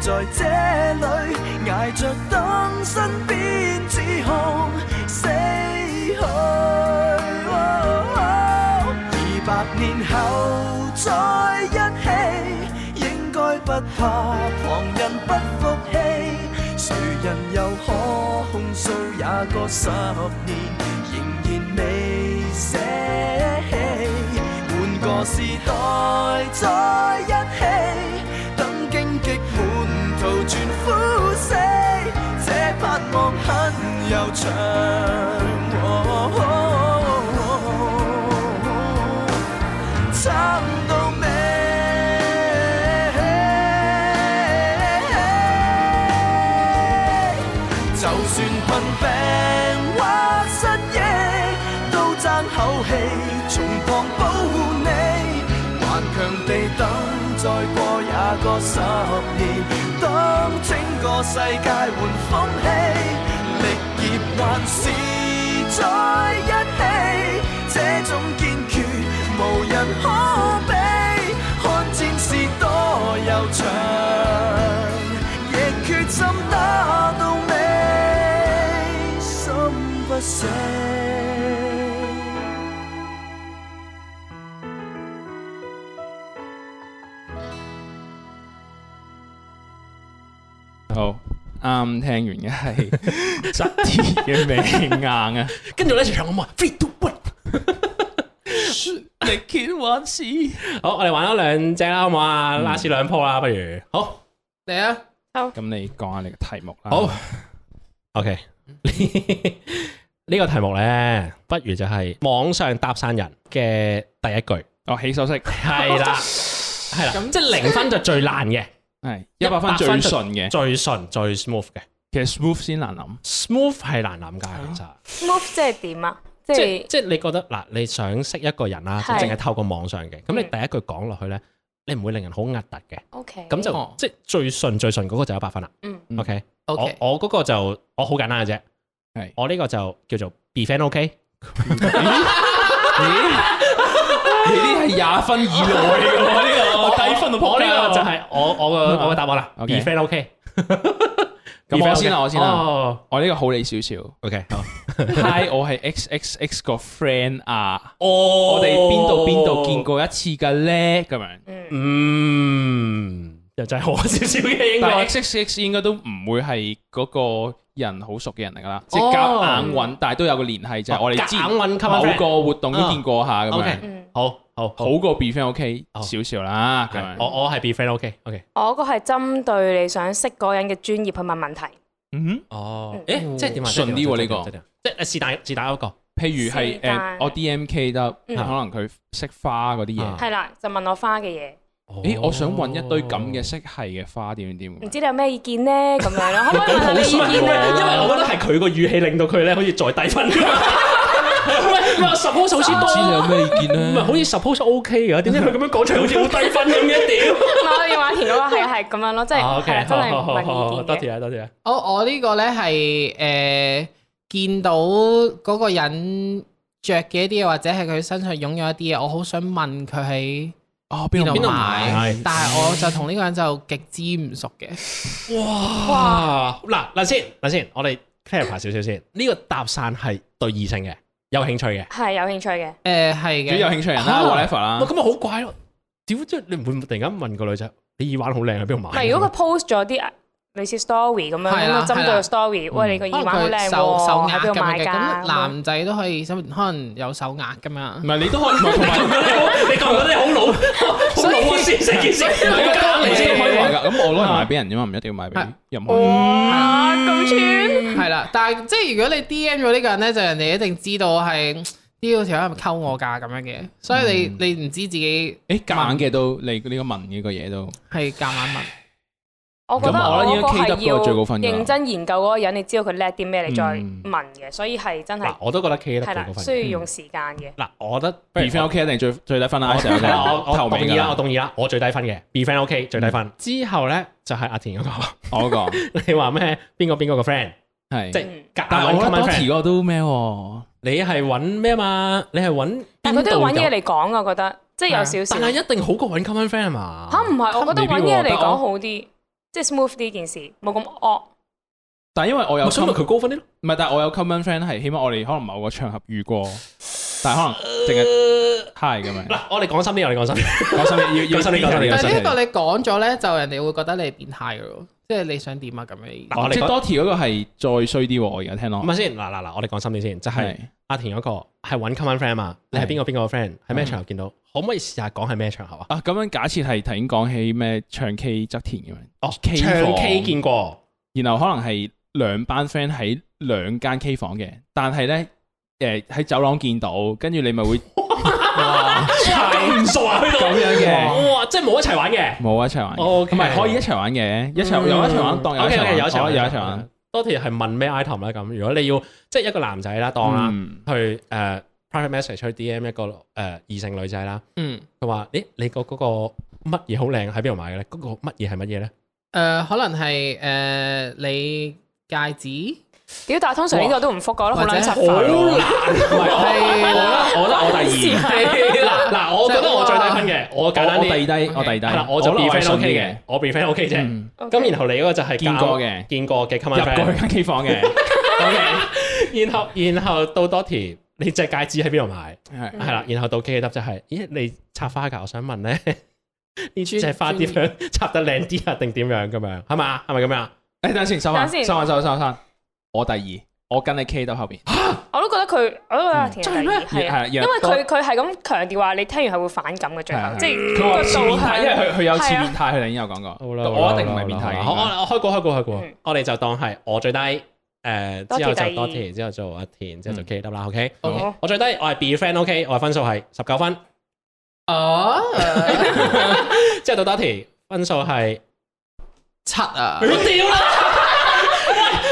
E: 在這裏，捱着等身邊指控死去。哦哦年後再一起，應該不怕旁人不服氣。誰人又可控訴也過十年，仍然未捨棄。換個時代再一起，等荊棘滿途全枯死，這盼望很悠長。哦撐到尾。就算困病或失意，都爭口氣，從旁保護你，頑強地等，再過也過十年，當整個世界換風氣，力竭還是在一起。這種堅決無人可比，看戰事多悠長，亦決心打到尾，心不死。
B: 好啱聽完嘅係側田嘅命硬啊！
A: 跟住咧就唱我嘛，three two one。
B: 力竭玩事，咁
A: 好，我哋玩咗兩隻啦，好唔好啊？拉屎兩鋪啦，不如好
C: 嚟啊！
B: 你講下你嘅題目啦。
A: 好，OK 呢個題目咧，不如就係網上搭訕人嘅第一 句，
B: 哦，起手式
A: 係啦，係啦，
C: 咁
A: 即係零分就最難 嘅，
B: 係一百分最
A: 100分
B: 順嘅，
A: 最順最 smooth 嘅
B: 其實 smooth 先難諗。
A: ，smooth 係難諗㗎，其實。
D: move 即係點啊？即
A: 即
D: 係
A: 係即係你覺得嗱，你想識一個人啦，就
D: 係
A: 淨係透過網上嘅，咁你
D: 嗯
A: 第一句講落去咧，你唔會令人好核突嘅，
D: OK，
A: 咁就
C: 哦
A: 即係最順最順嗰個就一百分啦。
D: 嗯
B: 嗯
A: OK，我
C: OK
A: 我嗰個就我好簡單嘅啫，
B: 係
A: 我呢個就叫做 be friend OK，
B: 你呢係廿分以內嘅喎，呢個低分到
A: 我
B: 撲
A: 呢個
B: 街
A: 就
B: 喎。
A: 係我我個我嘅答案啦 be
B: 嗯 OK
A: friend OK。Be
B: 咁
A: friend
B: 我先啦
A: OK
B: 我先啦
A: 哦
B: 我呢個好你少少。
A: ，OK，好
B: Hi，我係 X X X 個 friend 啊，
A: 哦，
B: 我
A: 我
B: 哋邊度邊度見，過一次㗎咧？咁樣，
D: 嗯
A: 嗯，又真係好少少嘅應
B: 但係
A: 該。
B: X X X 應該都唔會係嗰個人好熟嘅人嚟㗎啦，即
A: 哦
B: 係夾硬揾，但係都有個聯繫，就係我哋之前
A: 硬揾
B: 某
A: cover friend。
B: 個活動都見過下咁
A: OK
B: 樣。
D: 嗯，
A: 好好好
B: 好過 B friend OK
A: 哦
B: 少少啦，咁樣。
A: 我我係 be friend OK，OK。
D: 我嗰個係針對你想識嗰個人嘅專業去問問題。
B: 嗯，
A: 哦，誒，
D: 嗯
A: 即係點啊？
B: 順啲喎呢個
A: 即係點啊，即係是但是但一個。
B: 譬如係
D: 是但
B: 誒，我 DMK 得，可
D: 嗯
B: 能佢識花嗰啲
A: 啊
B: 嘢。
D: 係啦，就問我花嘅嘢，
B: 咦，我想揾一堆咁嘅識係嘅花點點
D: 唔
B: 點。
D: 知你有咩意見呢？咁 樣咯，可唔可以問下你
A: 因為
D: 意見啊？
B: 喎
A: 我覺得係佢個語氣令到佢咧，好似再低分。唔係唔係，suppose 好似
B: 唔知你有
A: 多，
B: 咩意見
A: 唔係
B: 咧？
A: 好似 suppose OK 嘅，點解佢咁樣講出嚟好似好低分咁嘅？
D: 唔係我要話填嗰個係係咁樣咯，即係
A: 屌
D: 係啦真係
A: 啊好好好好好
D: 問意
A: 多
D: 見嘅。
A: 謝啊，多謝啊。
C: 哦我我呢個咧係誒見到嗰個人着嘅一啲嘢，或者係佢身上擁有一啲嘢，我好想問佢喺
B: 哦，邊度
C: 邊度
A: 邊度
C: 買
A: 買，
C: 但係我就同呢個人就極之唔熟嘅。
A: 哇！嗱嗱先嗱先，我哋 clarify 少少先。呢個搭訕係對異性嘅，有興趣嘅。
D: 係有興趣嘅，
C: 誒呃係
B: 主要有
C: 嘅，
B: 興趣人
A: 啊
B: 啦，whatever 啦
A: 哇，。咁咪好怪咯？屌，即係你唔會突然間問個女仔，你耳環好靚，喺邊度買
D: 唔
A: 㗎？
D: 係如果佢 post 咗啲類似 story 咁樣，
C: 啊係啦嗯
D: 咁就針對個 story，喂你個
C: 可
D: 耳環好
C: 能佢
D: 靚
C: 手手
D: 喎，喺
C: 鐲
D: 邊
C: 咁
D: 度買
C: 樣嘅，
D: 㗎？
C: 咁
D: 咁
C: 男仔都可以手可能有手鐲噶嘛
B: 唔。係你都可以，唔係同 埋
A: 你覺唔覺得你好老？好老啊！先成件事，
B: 你都可以買
A: 㗎。
B: 㗎。咁我都係買俾人啫嘛，唔一定要買俾
C: 係哦
B: 任何人。
D: 哇咁串，
C: 係啦，但係即係如果你 D M 咗呢個人咧，就人哋一定知道係呢個條友係咪溝我㗎咁樣嘅，所以你你唔知自己
B: 誒，夾硬嘅都你你個問嘅個嘢都。
C: 係夾硬問。
D: 我覺得
B: 咁
D: 我
B: 我覺得
D: 嗰個
B: 應該 K 得
D: 係
B: 嗰個最高分㗎
D: 要認真研究嗰個人，你知道佢叻啲咩，你再
B: 嗯
D: 問嘅，所以係真係
A: 嗱，我都覺得 K 得最
D: 係
A: 高
D: 啦，
A: 分。嗯
D: 需要用時間嘅。
A: 嗱，我覺得
B: B friend OK 一定最最低分啦，成日都
A: 我我
B: 頭
A: 我同
B: 尾
A: 意啊
B: 㗎
A: 啦，我嗯
B: 啦。
A: 同意啦，我最低分嘅 B friend OK 最低分。之後咧就係阿田嗰個，
B: 我講
A: 你話咩？邊個邊個個 friend？
B: 係
A: 即。係
D: 嗯
A: 夾
B: 但係
A: 硬
B: 我
A: 揾
B: 覺得
A: common
B: 多提
A: friend。
B: 嗰個都咩喎？
A: 你係揾咩嘛？你係揾，
D: 但係佢都要揾嘢
A: 嚟，
D: 嚟講啊，我覺得即係有少
A: 但
D: 少
A: 係一定好過揾 common friend 係嘛？
D: 嚇唔係，我覺得
B: 未必
D: 揾嘢
B: 喎
D: 嚟
B: 但我
D: 講好啲，即係 smooth 啲件事，冇咁惡。
B: 但係因為我有
A: 我想
B: com-
A: 問啊佢高分啲咯。
B: 唔係，但係我有 common friend 係，起碼我哋可能某個場合遇過，但係可能淨係嗨咁樣，
A: 嗱，我哋講深啲，我哋講深啲。
B: 講心你要要
A: 講心啲
B: 邊
A: 講心啲
B: 個
C: 但
A: 有
C: 係
A: 心
C: 呢
A: 理
C: 一個你講咗咧，就人哋會覺得你係變態嘅咯，即係你想點啊咁 樣。
A: 嗱我哋
B: 即係
A: 哦講
B: Dotty 嗰個係再衰啲喎，我而家聽
A: 唔
B: 落
A: 係先，嗱嗱嗱，我哋講深啲先，就嗯係
B: 係
A: 阿田嗰個係揾 common friend 啊嘛，你係邊個邊個 friend，喺咩
B: 嗯
A: 場合見到？可唔可以試下講係咩場合啊？
B: 啊咁樣假設係頭先講起咩唱 K 側田咁樣，
A: 哦
B: K
A: 唱
B: 房
A: K 見過，
B: 然後可能係兩班 friend 喺兩間 K 房嘅，但係咧誒喺走廊見到，跟住你咪 會哇
A: 咁唔熟啊，去到
B: 咁樣嘅
A: 哇，即係冇一齊玩嘅。
B: 冇啊一齊玩，唔
A: 哦 OK 嗯
B: 係可以一齊玩嘅，一齊有一齊玩嗯當有一
A: OK，OK，
B: 齊玩，
A: 有一齊
B: 哦
A: 玩，
B: 有一齊玩，。
A: 多條係問咩 item 咧？咁如果你要即係一個男仔啦，當啦，
B: 嗯
A: 去誒 private message 去 DM 一個誒異性女仔啦，
C: 嗯，
A: 佢話：咦，你個嗰個乜嘢好靚喺邊度買嘅咧？嗰個乜嘢係乜嘢咧？
C: 誒呃可能係誒你戒指，
D: 屌，但係通常呢個都唔覆我咯，好
C: 或者
D: 撚柒
C: 好
D: 煩。
A: 哦
C: 係
A: 我覺得我第二，嗱嗱，我覺得我最低分嘅，我
B: 我
A: 簡單
B: 我
A: 啲，
B: 第低，我第低
A: 係啦，，我就 be
B: 我
A: friend
B: 順
A: OK
B: 啲
A: 嘅，，我 be friend OK 啫。
B: 嗯
D: OK
A: 咁然後你嗰個就係
B: 見過嘅
A: 見過嘅 common
B: 入
A: friend
B: 過去間 K 房嘅，
A: 然後然後到 Dotty，你隻戒指喺邊度買？
B: 係
A: 係啦，然後到 K 得就係，咦你插花㗎？我想問 咧，呢
C: 專
A: 隻花點
C: 專
A: 樣 插得靚啲啊？定點樣咁樣係嘛？係咪咁樣？
B: 誒等陣先收翻，
D: 等陣先
B: 收翻收翻收翻收翻，我第二，我跟你 K 到後邊，
D: 我都覺得佢，我都覺
C: 嗯
D: 得阿田係第二，係啊，
B: 係
D: 因為佢佢係咁強調話你聽完係會反感嘅，最後
B: 係係
D: 即係
B: 佢話似變
D: 個導
B: 態，因為佢佢有似
D: 係啊
B: 變態，佢哋已經有講過。
A: 好啦，
B: 我一定唔係變態
A: 好
B: 嘅。
A: 啦我我開過開過開過
D: 嗯，
A: 我哋就當係我最低，呃誒之後就
D: Dotty 第二
A: Dotty，之後做阿田，之後做
B: 嗯
A: K 得啦，OK。
C: OK
A: 好我最低我係 be friend，OK，我係分數係十九分，
C: 哦
A: 之後到 Dotty 分數 係，
C: 七 啊，
A: 我屌啦！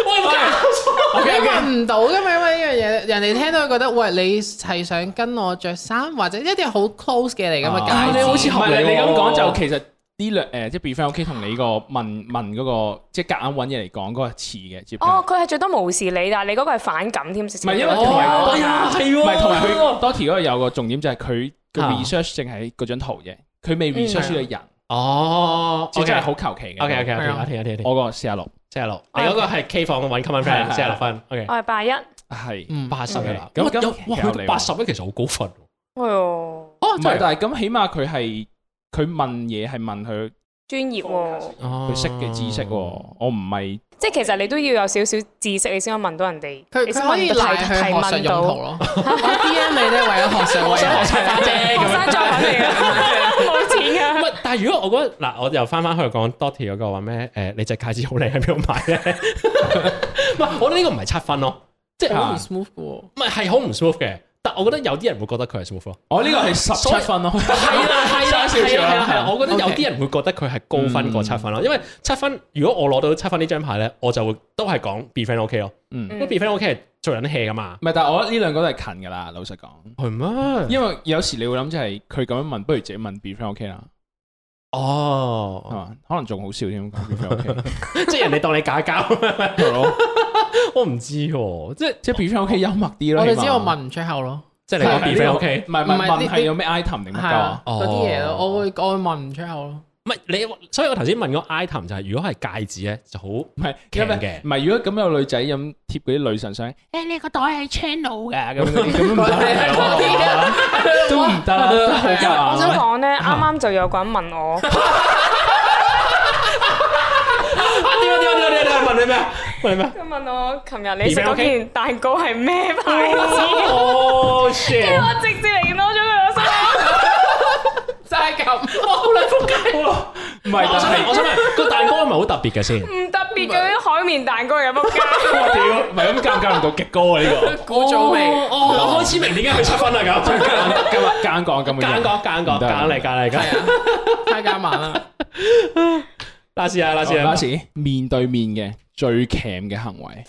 A: 喂 喂，
C: 你問唔到噶嘛？因為呢樣嘢，人哋聽到覺得喂你係想跟我着衫，或者一啲好 close 嘅嚟咁嘅
A: 啊
C: 戒指，
A: 你好似
B: 唔
A: 合理
B: 係
A: 喎
B: 你咁講就其實呢兩誒即係 be friend OK 同你個問問嗰個即係夾硬揾嘢嚟講嗰個詞嘅接近。
D: 哦，佢係最多無視你，但係你嗰個係反感添，唔
B: 唔係因為同
D: 啊
C: 哦
B: 埋
A: 哎呀係喎
B: 唔係同埋佢 Dotty 嗰個有個重點就係佢個
A: 啊
B: research 淨係嗰張圖嘅，佢未 research 呢個人，
A: 哦
B: 即係
A: ，OK
B: 真係好求其嘅。
A: OK OK
C: 係
A: OK，
C: 啊
A: 阿田阿田阿田，
B: 我個四廿六
A: 四十六，你嗰個哦係 K 房揾 common friend，
B: 係
A: 四十六分，OK，
D: 我係八一，哎
B: 係。
C: 嗯
A: 八十嘅啦，
B: OK，
A: 咁
B: 咁
A: 咁
B: 咁
A: 哇
B: 有
A: 去
B: 理
A: 到
B: 喎
A: 八十咧，其實好高分喎，
D: 呦，
B: 哦，
C: 哦
B: 唔
C: 真
B: 係
C: 係，
B: 但係咁起碼佢係佢問嘢係問佢
D: 專業喎。
A: 佢
B: 佢識嘅知識喎，我唔係
D: 即係其實你都要有少少知識，你先可以問到人哋，
C: 佢佢
D: 你先
C: 可以
D: 問到
C: 賴
D: 提
C: 佢
D: 提
C: 學術
D: 問
C: 用
D: 到
C: 途 咯。我 D M 你咧為咗學術，為咗學術
A: 啫
D: 學生作品嚟嘅，冇 錢
A: 唔
D: 㗎。
A: 係，但係如果我覺得嗱，我又翻翻去講 Dotty 嗰個話咩？誒、你隻戒指好靚，喺邊度買咧？ 唔係，我覺得呢個唔係七分咯，即 係
C: 好
A: 唔
C: smooth 嘅喎。
A: 係係好唔 smooth 嘅。但我覺得有啲人會覺得佢係 smooth 咯。
B: 我呢個係十七分咯，
A: 係啦，係啦，係啦，係啦，係啦。我覺得有
C: OK
A: 啲人會覺得佢係高分過七分咯，因為七分如果我攞到七分呢張牌咧，我就會都係講 be friend OK 咯。
B: 嗯
A: 因為 be friend OK 係最撚 hea 噶嘛。
B: 唔係，但係我覺得呢兩個都係近噶啦，老實講。
A: 係咩？
B: 因為有時你會諗，就係佢咁樣問，不如自己問 be friend OK 啦，係
A: 哦，
B: 嘛？可能仲好笑添講 be friend OK，
A: 即係人哋當你假交，
B: 係咯，
A: 我唔知喎。即係
B: 即係 be friend OK 幽默啲咯。
C: 我哋
B: 起碼
C: 只有問唔出口咯，
A: 即係你講
B: 係
A: be friend OK，
B: 唔係唔係
C: 唔係
B: 問
C: 呢
B: 係有咩 item 定乜
C: 係
B: 鳩啊
C: 啊，？
A: 哦
C: 嗰啲嘢咯，我會我會問唔出口咯。
A: 唔係你，所以我頭先問嗰個 item 就係如果係戒指咧就好。
B: 唔係，
A: 劇
B: 因為
A: 嘅
B: 唔係，如果咁有女仔咁貼嗰啲女神相，
F: 誒，你個袋係 channel 㗎。
B: 咁樣咁樣唔得，都唔得，都好
D: 因為 我想
B: 夾硬。
D: 講咧，啱啱就有個人問我，
A: 啊點啊點啊點啊點啊！問你咩？問你咩？
D: 佢問我琴日你食嗰件蛋糕係咩牌子？
A: 哦 shit！
D: 我直接嚟攞咗佢，我心諗
C: 就係咁，
A: 好撚仆街喎！
B: 唔係，
A: 我
B: 但
A: 想問，
B: 係
A: 我想問個蛋糕係咪好特別嘅先？
D: 唔嗯特別嘅啲海綿蛋糕有冇加？
B: 我屌，唔係咁尷尬唔到極高啊！呢個
C: 古早味。
A: 哦
B: 啊
A: 我開始明點解佢七分啦 咁。
B: 今日間講咁嘅
A: 揀
B: 嘢，
A: 講揀講揀嚟揀嚟
C: 係
A: 揀。
C: 啊，太加慢啦。
A: 拉屎啊拉屎啊
B: 嗰！時面對面嘅最鉗嘅行為，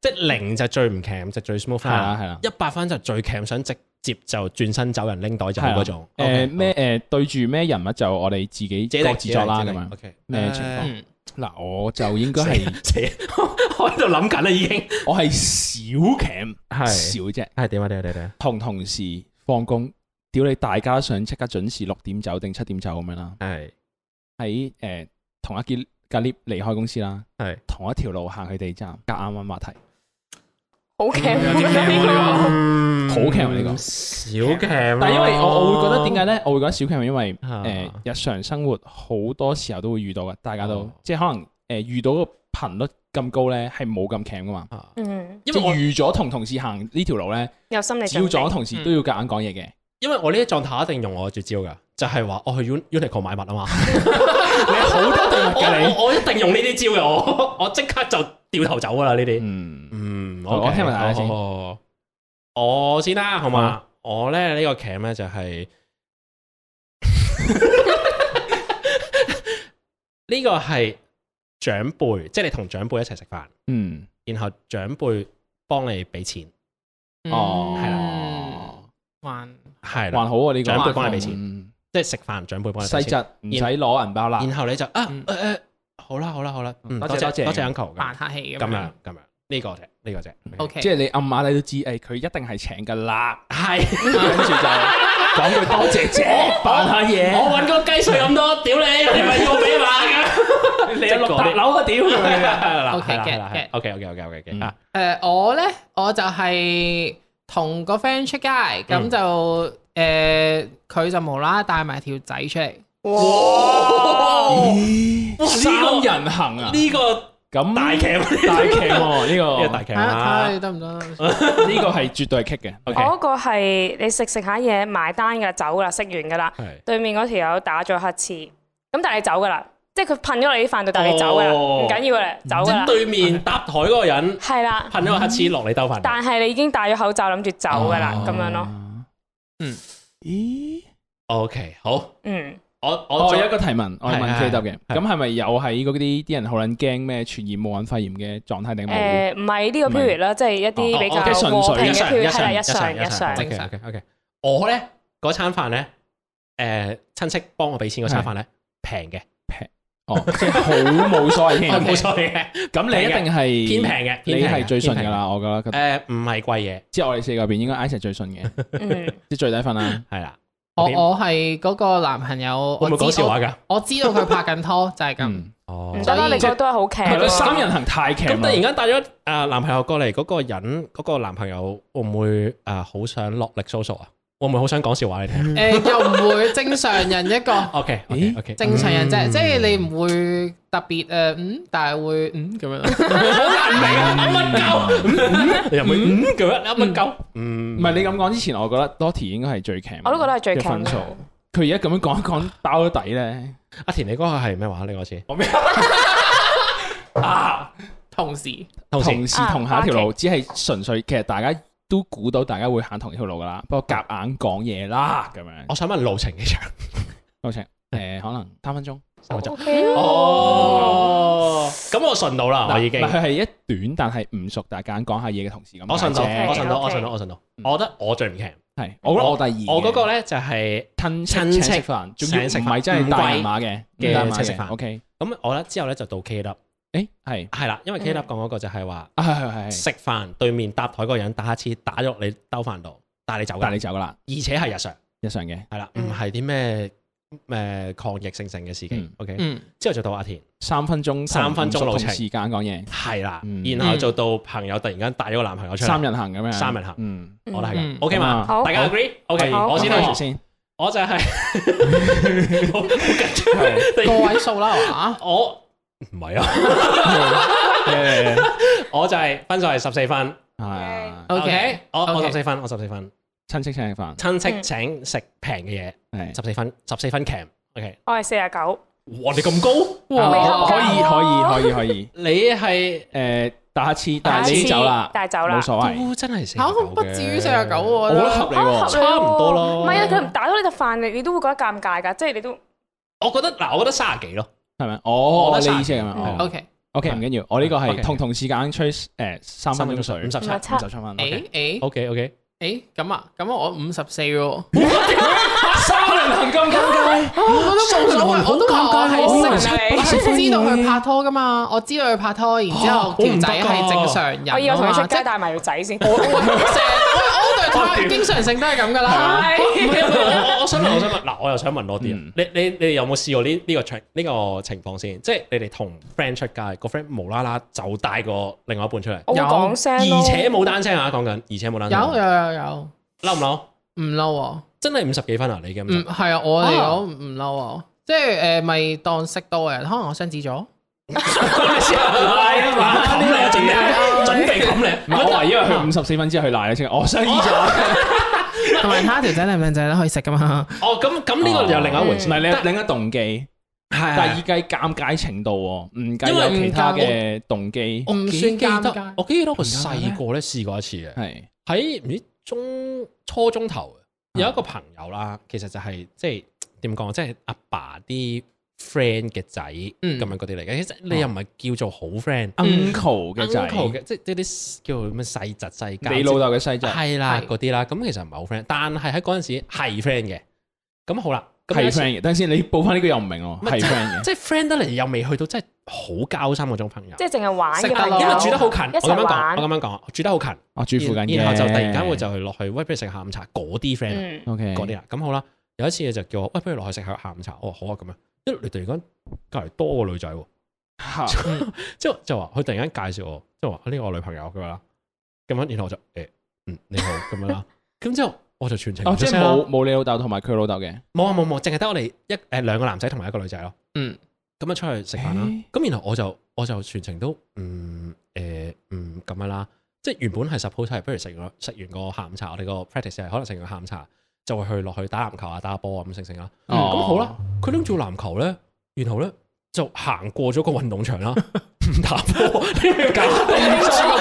A: 即係零就最唔 cam，就最 smooth
B: 係啊啦係啦
A: 一百分就最 cam，想直接就轉身走人拎袋就冇嗰種。OK，
B: 啊誒咩誒對住咩人物就我哋自己
A: 好？
B: 各自作啦咁樣。
A: OK，
B: 咩情況
C: 嗯，
B: 嗱，我就應該係
A: 係死， 我喺度諗緊啦已經。
B: 我係小鉗，
A: 係
B: 少啫。
A: 係點啊點啊點啊點啊！
B: 同同事放工，屌你大家想即刻準時六點走定七點走咁樣啦。
A: 係
B: 喺誒同一件架 lift 離開公司啦，
A: 係
B: 同一條路行去地站，夾啱揾話題。
D: 好
C: 嗯有啲咩
A: 嗯
D: 勁！
C: 喎呢個
B: 好
A: 啊
B: cam 呢個
A: 小 cam
B: 嗯
A: 啊
B: 但係因為我我會覺得點解
A: 咧？
B: 咧？我會覺得小 cam 因為
A: 啊
B: 誒日常生活好多時候都會遇到嘅，大家都
A: 哦
B: 即係可能誒遇到個頻率咁高咧，係冇咁 cam 噶嘛。
A: 啊
D: 嗯，
A: 因
B: 因為
A: 為我
B: 預咗同同事行呢條路咧，
D: 有心理
B: 只要
D: 準
B: 撞咗
D: 備。
B: 同事都要夾硬講嘢嘅。
A: 因為我呢啲狀態一定用我嘅絕招㗎，就係話我去 Un- Uniqlo 買物 啊嘛，你好多對物嘅你，我我一定用呢啲招嘅，我我即刻就掉頭走㗎啦呢啲。
B: 嗯，
A: 嗯，
B: 我
A: OK，
B: 我聽埋大家先
A: 好。好好我先啦，好嘛？我咧呢個 cam 咧就係 呢個係長輩，即係你同長輩一齊食飯，
B: 嗯，
A: 然後長輩幫你俾錢，
B: 哦，
A: 係
C: 嗯啦，還
A: 係
B: 還
A: 啦，
B: 好啊呢個，
A: 長輩幫你俾錢
B: 錢，
A: 即係食飯長輩幫你俾
B: 細
A: 錢，
B: 則唔使攞銀包啦。
A: 然後你就啊
C: 嗯
A: 誒誒，好啦好啦好啦，嗯
B: 多
A: 多
B: 謝
A: 謝多
B: 多謝
A: 謝 uncle 咁
C: 扮客氣咁
A: 咁樣
C: 樣。
A: 咁樣，呢個啫呢個啫
C: O K，
B: 即係你暗碼你都知，誒佢一定係請噶啦，
A: 係。
B: 跟住就講 句多謝姐，扮下嘢，
A: 我揾個雞碎咁多，屌你！你咪要我俾嘛？你有六
B: 搭
A: 樓啊，屌！ 嗱
C: OK，
A: 啊係
C: get，
A: 啦
C: get
A: ，OK，OK，OK，OK，OK
B: 嗯
A: 啊，
C: 誒我咧我就係同個 friend 出街，咁
A: 嗯
C: 就誒佢就無啦啦帶埋條仔出嚟，
B: 哦三人行啊，
A: 哦呢個
B: 咁
A: 大劇，
B: 大劇喎
A: 呢個
B: 呢
A: 大啊劇
C: 睇下睇下
A: 啦
C: 你。得唔得啦？
B: 個呢個係絕對係 kick 嘅，
A: OK，
D: 哦我嗰個係你食食下嘢埋單㗎啦，走㗎啦，食完㗎啦。
A: 係
D: 對面嗰條友打咗乞嗤，咁但係你走㗎啦，即係佢噴咗你啲飯度，但係你走㗎啦，
A: 哦
D: 唔緊要㗎啦，走㗎
A: 即
D: 啦
A: 係，對面搭台嗰個人
D: 係啦。
A: 噴咗個黑黐落你兜飯，
D: 但係你已經戴咗口罩，諗住走㗎啦，咁樣咯。。
C: 嗯，
B: 啊咦？
A: OK，好，
D: 嗯，
A: 我
B: 我
A: 我
B: 有一個提問，我係問
A: 係
B: K 答嘅，
A: 係
B: 咁係咪有喺嗰啲啲人好撚驚咩傳染武漢肺炎嘅狀態定冇？
D: 誒唔係呢個
B: 唔係
D: period 啦，即係一
A: 哦
D: 啲比
A: 哦
D: 較
B: 哦
D: 和
B: 即
A: 一
B: 係
D: 平嘅
A: 常
D: period，
A: 一
D: 係啦，
A: 常
D: 一常一常。
A: OK OK OK，我咧嗰餐飯咧，誒親戚幫我俾錢嗰餐飯咧平嘅，
B: 哦，即係 好冇所謂
A: 我
B: 添。
A: 冇所謂嘅，
B: 咁你一定係
A: 偏平嘅，
B: 你係最順
A: 順
B: 噶啦，我覺得。
A: 誒唔係貴嘢，
B: 啊即係我哋四個入邊應該 Ice 係最順 嘅，
D: 嗯，
B: 即係最低分啦。
A: 係啦。
C: 我
A: 點
C: 我係嗰個男朋友，
A: 會唔會講笑話
C: 㗎？
A: 㗎？
C: 我知道佢拍緊拖，就係咁。
B: 嗯，
A: 哦
D: 唔得啦，
C: 所以
D: 你
C: 即
D: 覺得都係好劇
B: 係咯，三
D: 喎。
B: 人行太劇
A: 咁突然
B: 間
A: 間帶咗誒男朋友過嚟，嗰個人嗰個男朋友會唔會誒好想落力 social 啊？會唔會好想講笑話你聽
C: 誒又唔會正常人一個
A: ？OK
B: 咦嗯
A: OK，
C: 正常人
A: 嗯
C: 啫，即係你唔會特別誒嗯，但係會嗯咁 樣。
B: 啊
A: 你 又唔會嗯咁樣，你有乜鳩？嗯，
B: 唔係你咁講之前，我覺得 Dotty 應該係最劇，
D: 我都覺得係最
B: 嘅
D: cam
B: 分數。佢而家咁樣講一講包咗底咧，
A: 阿田，你嗰個係咩話？你嗰次
C: 同時
A: 同時
B: 同時同行一條
D: 啊
B: 路，只係純粹其實大家都估到大家會行同一條路噶啦，不過夾硬講嘢啦咁樣
A: 我。想問路程幾長？
B: 多謝。誒，可能三分鐘。
A: 三個鐘
D: O K
A: 哦，咁我順到啦，我已經
B: 嗱，佢係一短但係唔熟，但係夾硬講下嘢嘅同事咁解啫。
A: 我順到，
D: OK，
A: 我順到，我
D: OK
A: 順到，我順到。
B: 嗯
A: 我覺得我最唔強，
B: 係，我覺得我第二，
A: 我嗰個咧就係親
B: 親戚
A: 戚
B: 請食飯，仲要
A: 請食
B: 唔
A: 飯
B: 係真係
A: 唔
B: 大
A: 貴
B: 人馬嘅
A: 嘅
B: 大人馬
A: 請食飯
B: OK，
A: 咁，我咧之後咧就到 K 粒，
B: 誒係
A: 係啦，因為 K 粒講嗰個就係話。
B: 啊係係係，
A: 食飯對面搭台嗰個人打乞嗤打咗你兜飯度，帶你走㗎，
B: 但你走啦，
A: 而且係日常，
B: 日常嘅
A: 係啦，唔
D: 嗯
A: 係啲咩誒抗疫性性嘅事
B: 嗯
A: 情。OK，
C: 嗯
A: 之後就到阿田，
B: 三分鐘
A: 三分鐘
B: 同
A: 路
B: 同
A: 程
B: 時間講嘢，
A: 係啦
B: 嗯，
A: 然後就到朋友突然間帶咗個男朋友出嚟，
B: 三人行咁樣，
A: 三人行
B: 嗯
A: 我都係
C: 嗯
A: 咁，OK
B: 嗯
A: 嘛？
D: 好
A: 大家 agree？OK，
D: 好
A: 我先
B: 開
A: 啦
B: 始，先，
A: 我就係 好好緊張
B: 係
A: 突
C: 個
A: 然，
C: 位數 啦，係嘛
A: 我唔係啊，
B: 誒
A: 我就係分數係十四分
B: 啊
C: ？O K，
A: 我我十四分，我十四分，
B: 親戚請食飯，
A: 親戚
D: 嗯
A: 請食平嘅嘢，
B: 係
A: 十四分，十四分 cam。OK，
D: 我係四廿九，
A: 嗯哇，你咁高？
B: 啊可
D: 未合
B: 以可以可以可以
A: 你係
B: 誒打乞嗤，但係你走啦，
D: 但係走啦
B: 冇。所謂，
A: 都真係四
C: 嚇咁不至於四廿九喎，我
D: 啊
C: 覺
B: 我覺得
C: 得。
B: 合理喎，
A: 差唔多咯
D: 唔係啊，佢打到你隻飯，你你都會覺得尷尬㗎，即係你都
A: 我覺得嗱，我覺得三十幾咯，
B: 係咪？哦，
A: 我
B: 你
A: 覺得
B: 意思係咁樣
A: 三
B: 哦
A: 嗯
C: O K，
B: OK，唔緊要，我呢個係
A: OK，
B: 同同事間吹誒三分鐘水，
A: 五十
D: 唔
A: 七
D: 係七
B: 五十七分。OK，嗯
C: 誒誒
A: OK OK，
C: 誒，咁啊，咁我五十四喎。
B: 三人行咁尷尬，
C: 我覺得冇所謂，我都話我哦
B: 哦
C: 係識
D: 尷尬
C: 我係知道佢拍拖噶嘛，我知道佢拍拖，然之後條仔係正常人
D: 我以為
C: 啊
D: 同佢出
C: 嘛，即
D: 街
C: 係
D: 帶埋條仔先。
C: 我我成我我對佢經常性都係咁噶 啦，
A: 唔
D: 係
A: 係我我我想問，我想問嗱，我又想問多啲
B: 嗯
A: 啊，你你你哋有冇試過呢呢個情呢個情況先？即係你哋同 friend 出街，個 friend 無啦啦就帶個另外一半出嚟，
D: 我會講聲
A: 而
D: 咯。
A: 且冇單聲啊，講緊，而且冇單
C: 有有
A: 聲，
C: 有有，
A: 嬲唔嬲？
C: 唔嬲啊！
A: 真係五十幾分啊！你嘅五
C: 唔
A: 十，
C: 係啊，我嚟講唔嬲啊，即係誒咪當識多嘅人，可能我雙子咗，
A: 係啊嘛，冚你啊，準備準備冚你。
B: 我話因為佢五十四分之後佢賴咗先，哦我相依
A: 哦
B: 咗。
C: 同埋睇下條仔靚唔靚仔啦，可以食噶嘛。
A: 哦，咁咁呢個又另一回
B: 唔
A: 事。
B: 係你另一動機，
A: 係
B: 但係依計尷尬程度喎，唔計
A: 啊因為
B: 有其他嘅動機
C: 我。唔
A: 幾
C: 算
A: 記得
C: 尷尬
A: 我記得我
B: 唔尷尬
A: 細個咧試過一次嘅，
B: 係
A: 喺唔知中初中頭有一個朋友啦，其實就係即係點講，即係阿爸啲 friend 嘅仔咁
C: 嗯
A: 樣嗰啲嚟嘅。其實你又唔係叫做好 friend。
C: 嗯
B: uncle 嘅
A: uncle
B: 仔，
A: 嘅，即係啲叫咩細侄細家，
B: 你老豆嘅細
A: 即係
B: 仔
A: 係啦
C: 係
A: 嗰啲啦。咁其實唔係好 friend，但係喺嗰陣時係 friend 嘅。咁好啦，咁有
B: 係
A: 一次
B: friend 嘅。等陣先，你報翻呢個又唔明喎，
A: 係
B: 係 friend 嘅。
A: 即係 friend 得嚟又未去到真係好交心嗰種朋友。
D: 即係淨係玩
C: 食
D: 嘅
C: 得
D: 朋
C: 咯
D: 友，
A: 因為住得好近，
D: 一
A: 我
D: 齊
A: 咁樣
D: 玩
A: 講，我咁樣講，住得好近。
B: 我住附近嘅
A: 然後就突然間會就去落去，喂，不如食下午茶嗰啲 friend 啊
D: 嗯，
B: OK
A: 嗰啲啦。咁好啦，有一次就叫我，喂，不如落去食下下午茶。哦，好啊，咁樣。因為你突然間隔離多個女仔喎，
B: 嚇
A: 即係就話佢突然間介紹我，即係話呢個我女朋友咁樣啦。咁樣然後我就誒，嗯，你好咁樣啦。咁之後我就全程
B: 哦，
A: 唔
B: 即
A: 出
B: 係
A: 聲啦
B: 冇冇你老豆同埋佢老豆嘅。
A: 冇啊冇冇，淨係得我哋一誒兩個男仔同埋一個女仔咯。
C: 嗯，
A: 咁啊出去食飯啦
B: 誒。
A: 咁然後我就我就全程都嗯誒嗯咁樣啦。即係原本係 suppose 係不如食完食完個下午茶，我哋個 practice 係可能食完個下午茶就會去落去打籃球啊、打下波啊咁成成啦。
B: 哦
A: 咁好啦，佢拎住籃球咧，然後咧就行過咗個運動 場啦，唔打波， 你明唔明搞
B: 靚喎
A: 哦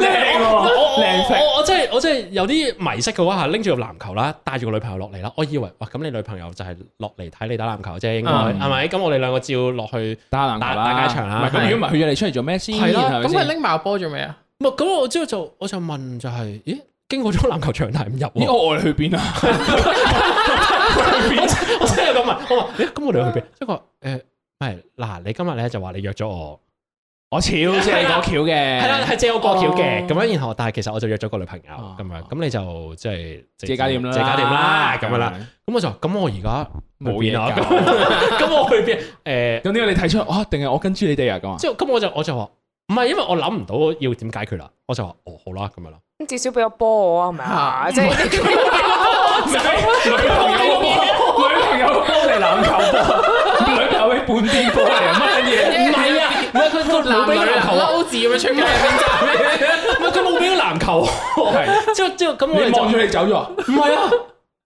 B: 靚
A: 我
B: 啡
A: 我我真係我真係有啲迷失嘅話，係拎住個籃球啦，帶住個女朋友落嚟啦。我以為哇，咁你女朋友就係落嚟睇你打籃球啫，應該
B: 嗯
A: 係咪？咁我哋兩個照落去，
B: 打籃球啦，
A: 打打街場啦
B: 唔係咁如果唔係佢約你出嚟做咩先？
A: 係啦
B: 係咪
C: 咁佢
B: 先
C: 拎埋個波做咩啊？
A: 唔係咁我之後就我就問就係，咦？經過咗籃球場但係唔入
B: 咦
A: 喎，
B: 我哋去邊啊？
A: 我真係咁問，我話咦咁我 哋去邊？即係佢話誒，唔係嗱，你今日咧就話你約咗 我，
B: 我超正嗰橋嘅，
A: 係啦，係借我過橋嘅，
C: 哦
A: 咁樣然後但係其實我就約咗個女朋友
B: 哦
A: 咁樣，咁你就即係
B: 借家店啦，
A: 借家店啦嗯咁樣啦。，咁我就話咁我而家去
B: 冇
A: 邊
B: 嘢
A: 啊
B: 搞
A: 咁我去邊？誒，
B: 咁呢個你睇出哦，定係我跟住你哋啊咁啊？
A: 之後咁我就我就話唔係，因為我諗唔到要點解決啦，我就話哦好啦咁樣啦。
D: 咁至少俾個波我啊，係咪啊？ 即係
B: 唔係女朋友波，女朋友波你籃球波，女朋友嘅半邊波嚟啊乜嘢？
A: 唔係啊，唔係佢個冇俾籃球啊，
C: 嬲字咁樣出街，
A: 唔係佢冇俾個籃球我。
B: 係
A: 之後之後咁我哋
B: 你望
A: 就
B: 住你走咗啊？
A: 唔係啊。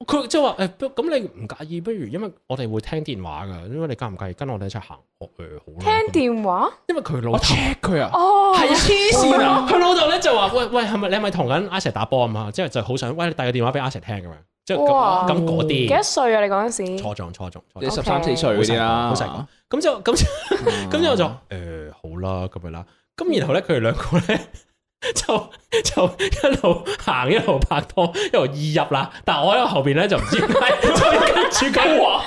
A: 佢即係話誒，不咁你唔介意，不如因為我哋會聽電話㗎，因為你介唔介意跟我哋一齊行學誒好啦。咁
D: 聽電話
A: 因為佢老
B: 我
A: 豆
B: check 佢啊！
D: 哦，
A: 係啊，黐線啊！ 佢老豆咧就話：喂喂，係咪你係咪同緊阿 Sir 打波啊嘛？之後就好想喂你帶個電話俾阿 Sir 聽咁樣，即係
D: 哇
A: 咁咁嗰
D: 幾多
A: 啲
D: 歲啊？你嗰陣時
A: 初中初中初
B: 你
A: 中
B: 十三四歲嗰啲啊啦，
A: 好細個好細咁就咁就咁之後就誒好啦咁樣啦。咁然後咧佢哋兩個咧 就就一路行一路拍拖，一路意入啦。但係我喺後邊咧就唔知 點解就跟住佢話。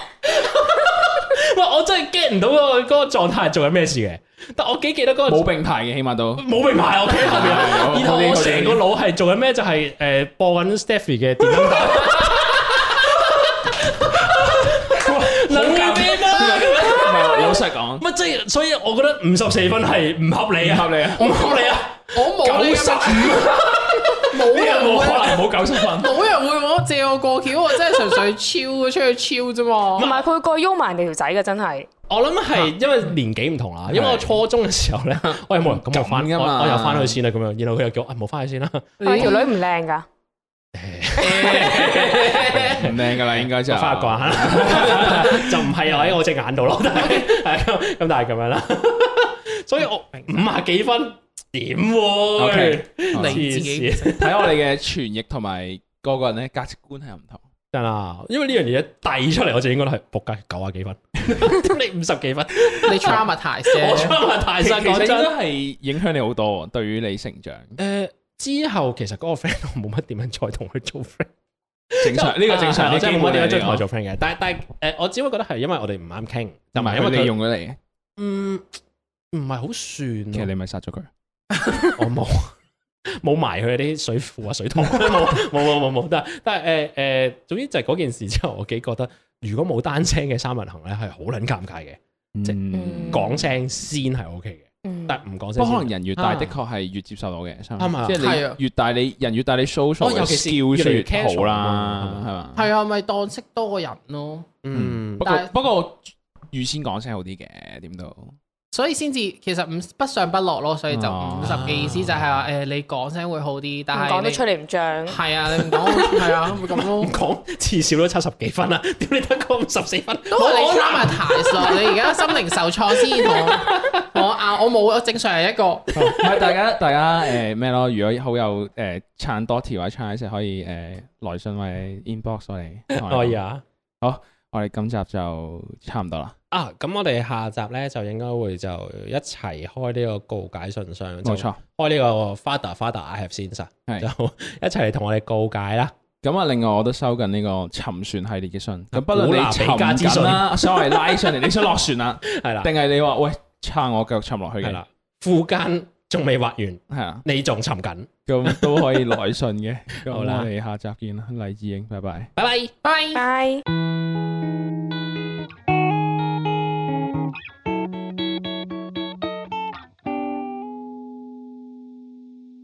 A: 喂，我真係 get 唔到嗰個嗰個狀態係做緊咩事嘅，但我幾記得嗰個
B: 冇並排嘅，起碼都
A: 冇名牌，我企喺後面啊
B: 係，
A: 然後
B: 我
A: 我
B: 我
A: 成個腦係做緊咩？就係誒播緊 Stephy 嘅電音帶。能
B: 尷
A: 變啦！
B: 唔係老實講，
A: 啊乜即係，所以我覺得五十四分係唔合理啊！
B: 唔合理啊
A: 唔合理啊！
C: 我冇你
A: 九十
C: 咁
A: 五，
C: 樣，冇
A: 呢個
C: 人
A: 冇
C: 會，
A: 可能冇九十分。
C: 冇人會我借我過橋，我真係純粹超出去超啫嘛
D: 同。埋佢過去喐埋人哋條仔嘅，真係
A: 我諗係因為年紀唔同啦，因為我初中嘅時候咧，我又冇人啊咁我翻
B: 咁㗎嘛
A: 我我又翻去先啦咁樣，然後佢又叫我啊唔好翻去先啦，
D: 係咪條女唔靚㗎？
B: 唔靚噶啦，應該就
A: 就翻去慣啦， 就唔係啊喺我隻眼 度咯，但係係咁咁但係咁樣啦，所以我五啊幾分點喎
B: OK，？
C: 你自己
A: 黐線
B: 睇我哋嘅傳譯同埋個個人咧價值觀係唔同。
A: 真啊，因為呢樣嘢遞出嚟，我就應該係仆街九啊幾分， 你五十幾分，
C: 你 traumatize
A: 我
C: 啫，
A: 出埋大
B: 其實
A: 晒
B: 其實
A: 講真。
B: 應該係影響你好多喎，對於你成長
A: 誒之後其實嗰個 friend 我冇乜點樣再同佢做 friend，
B: 正常呢個正常，
A: 我
B: 呢
A: 真係冇乜點樣再同佢
B: 啊我
A: 做 friend 嘅。但係但係誒，我只會覺得係因為我哋唔啱傾，
B: 同
A: 同埋
B: 埋
A: 因
B: 佢
A: 為
B: 利
A: 佢
B: 用咗你，
A: 嗯，唔係好算
B: 其實
A: 咯。
B: 你咪殺咗佢。
A: 我冇冇埋佢啲水庫啊、水塘，冇冇冇冇冇。但但係誒誒，總之就係嗰件事之後，我幾覺得如果冇單聲嘅三人行咧，係好撚尷尬嘅。
B: 嗯
D: 嗯
A: 講聲先係 OK 嘅。
D: 嗯
A: 但唔講
B: 不
A: 先。
B: 過可能人越大，
C: 啊
B: 的確係越接受到嘅，係咪
A: 啱啊
B: 即
C: 係
B: 係
C: 啊
B: 你越大，你人越大，你 social
A: 哦尤
B: 嘅
A: 其是越
B: skill
A: 嚟越
B: 越好
A: casual 啊
B: 啦，
A: 嘛
B: 係嘛？
C: 係啊，咪當識多個人咯，
A: 嗯
B: 不過
C: 但係
B: 不過預先講聲好啲嘅，點 都
C: 所以先至其實五不上不落咯，所以就
A: 啊
B: 哦
C: 五十嘅意思就係話誒你講聲會好啲，但係
D: 講得
C: 你
D: 出嚟唔漲，
C: 係啊，你唔講係啊，會咁咯
A: 唔。講至少都七十幾分啦，點你得個五十四分？
C: 都係你 traumatise 咯， 你而家心靈受挫先同我我啊，我冇我正常係一個
B: 唔係大家大家誒咩咯？如果好有誒撐多條或者撐一隻，可以誒來信或者 inbox 我哋。
A: 可以！啊。
B: 我哋今集就差唔多啦。
A: 啊，咁我哋下集咧就應該會就一齊開呢個告解信箱，
B: 冇，錯。
A: 開呢個 Father Father I Have Seen 晒，
B: 係
A: 就 一齊嚟同我哋告解啦。
B: 咁啊，另外我都收緊呢個沉船系列嘅
A: 啊
B: 信。咁不論
A: 古
B: 你
A: 蘭
B: 沉
A: 比加之
B: 緊啦，所謂拉上嚟，你想落船 啦，
A: 係啦，
B: 定係你話喂撐我繼續沉落去
A: 係
B: 嘅？
A: 啦，副間仲未畫完，
B: 係啊，
A: 你仲沉緊，
B: 咁都可以來信嘅。咁
A: 好
B: 我
A: 啦
B: 哋下集見啦，黎智英，拜拜。
A: 拜拜。
C: 拜。
D: 拜。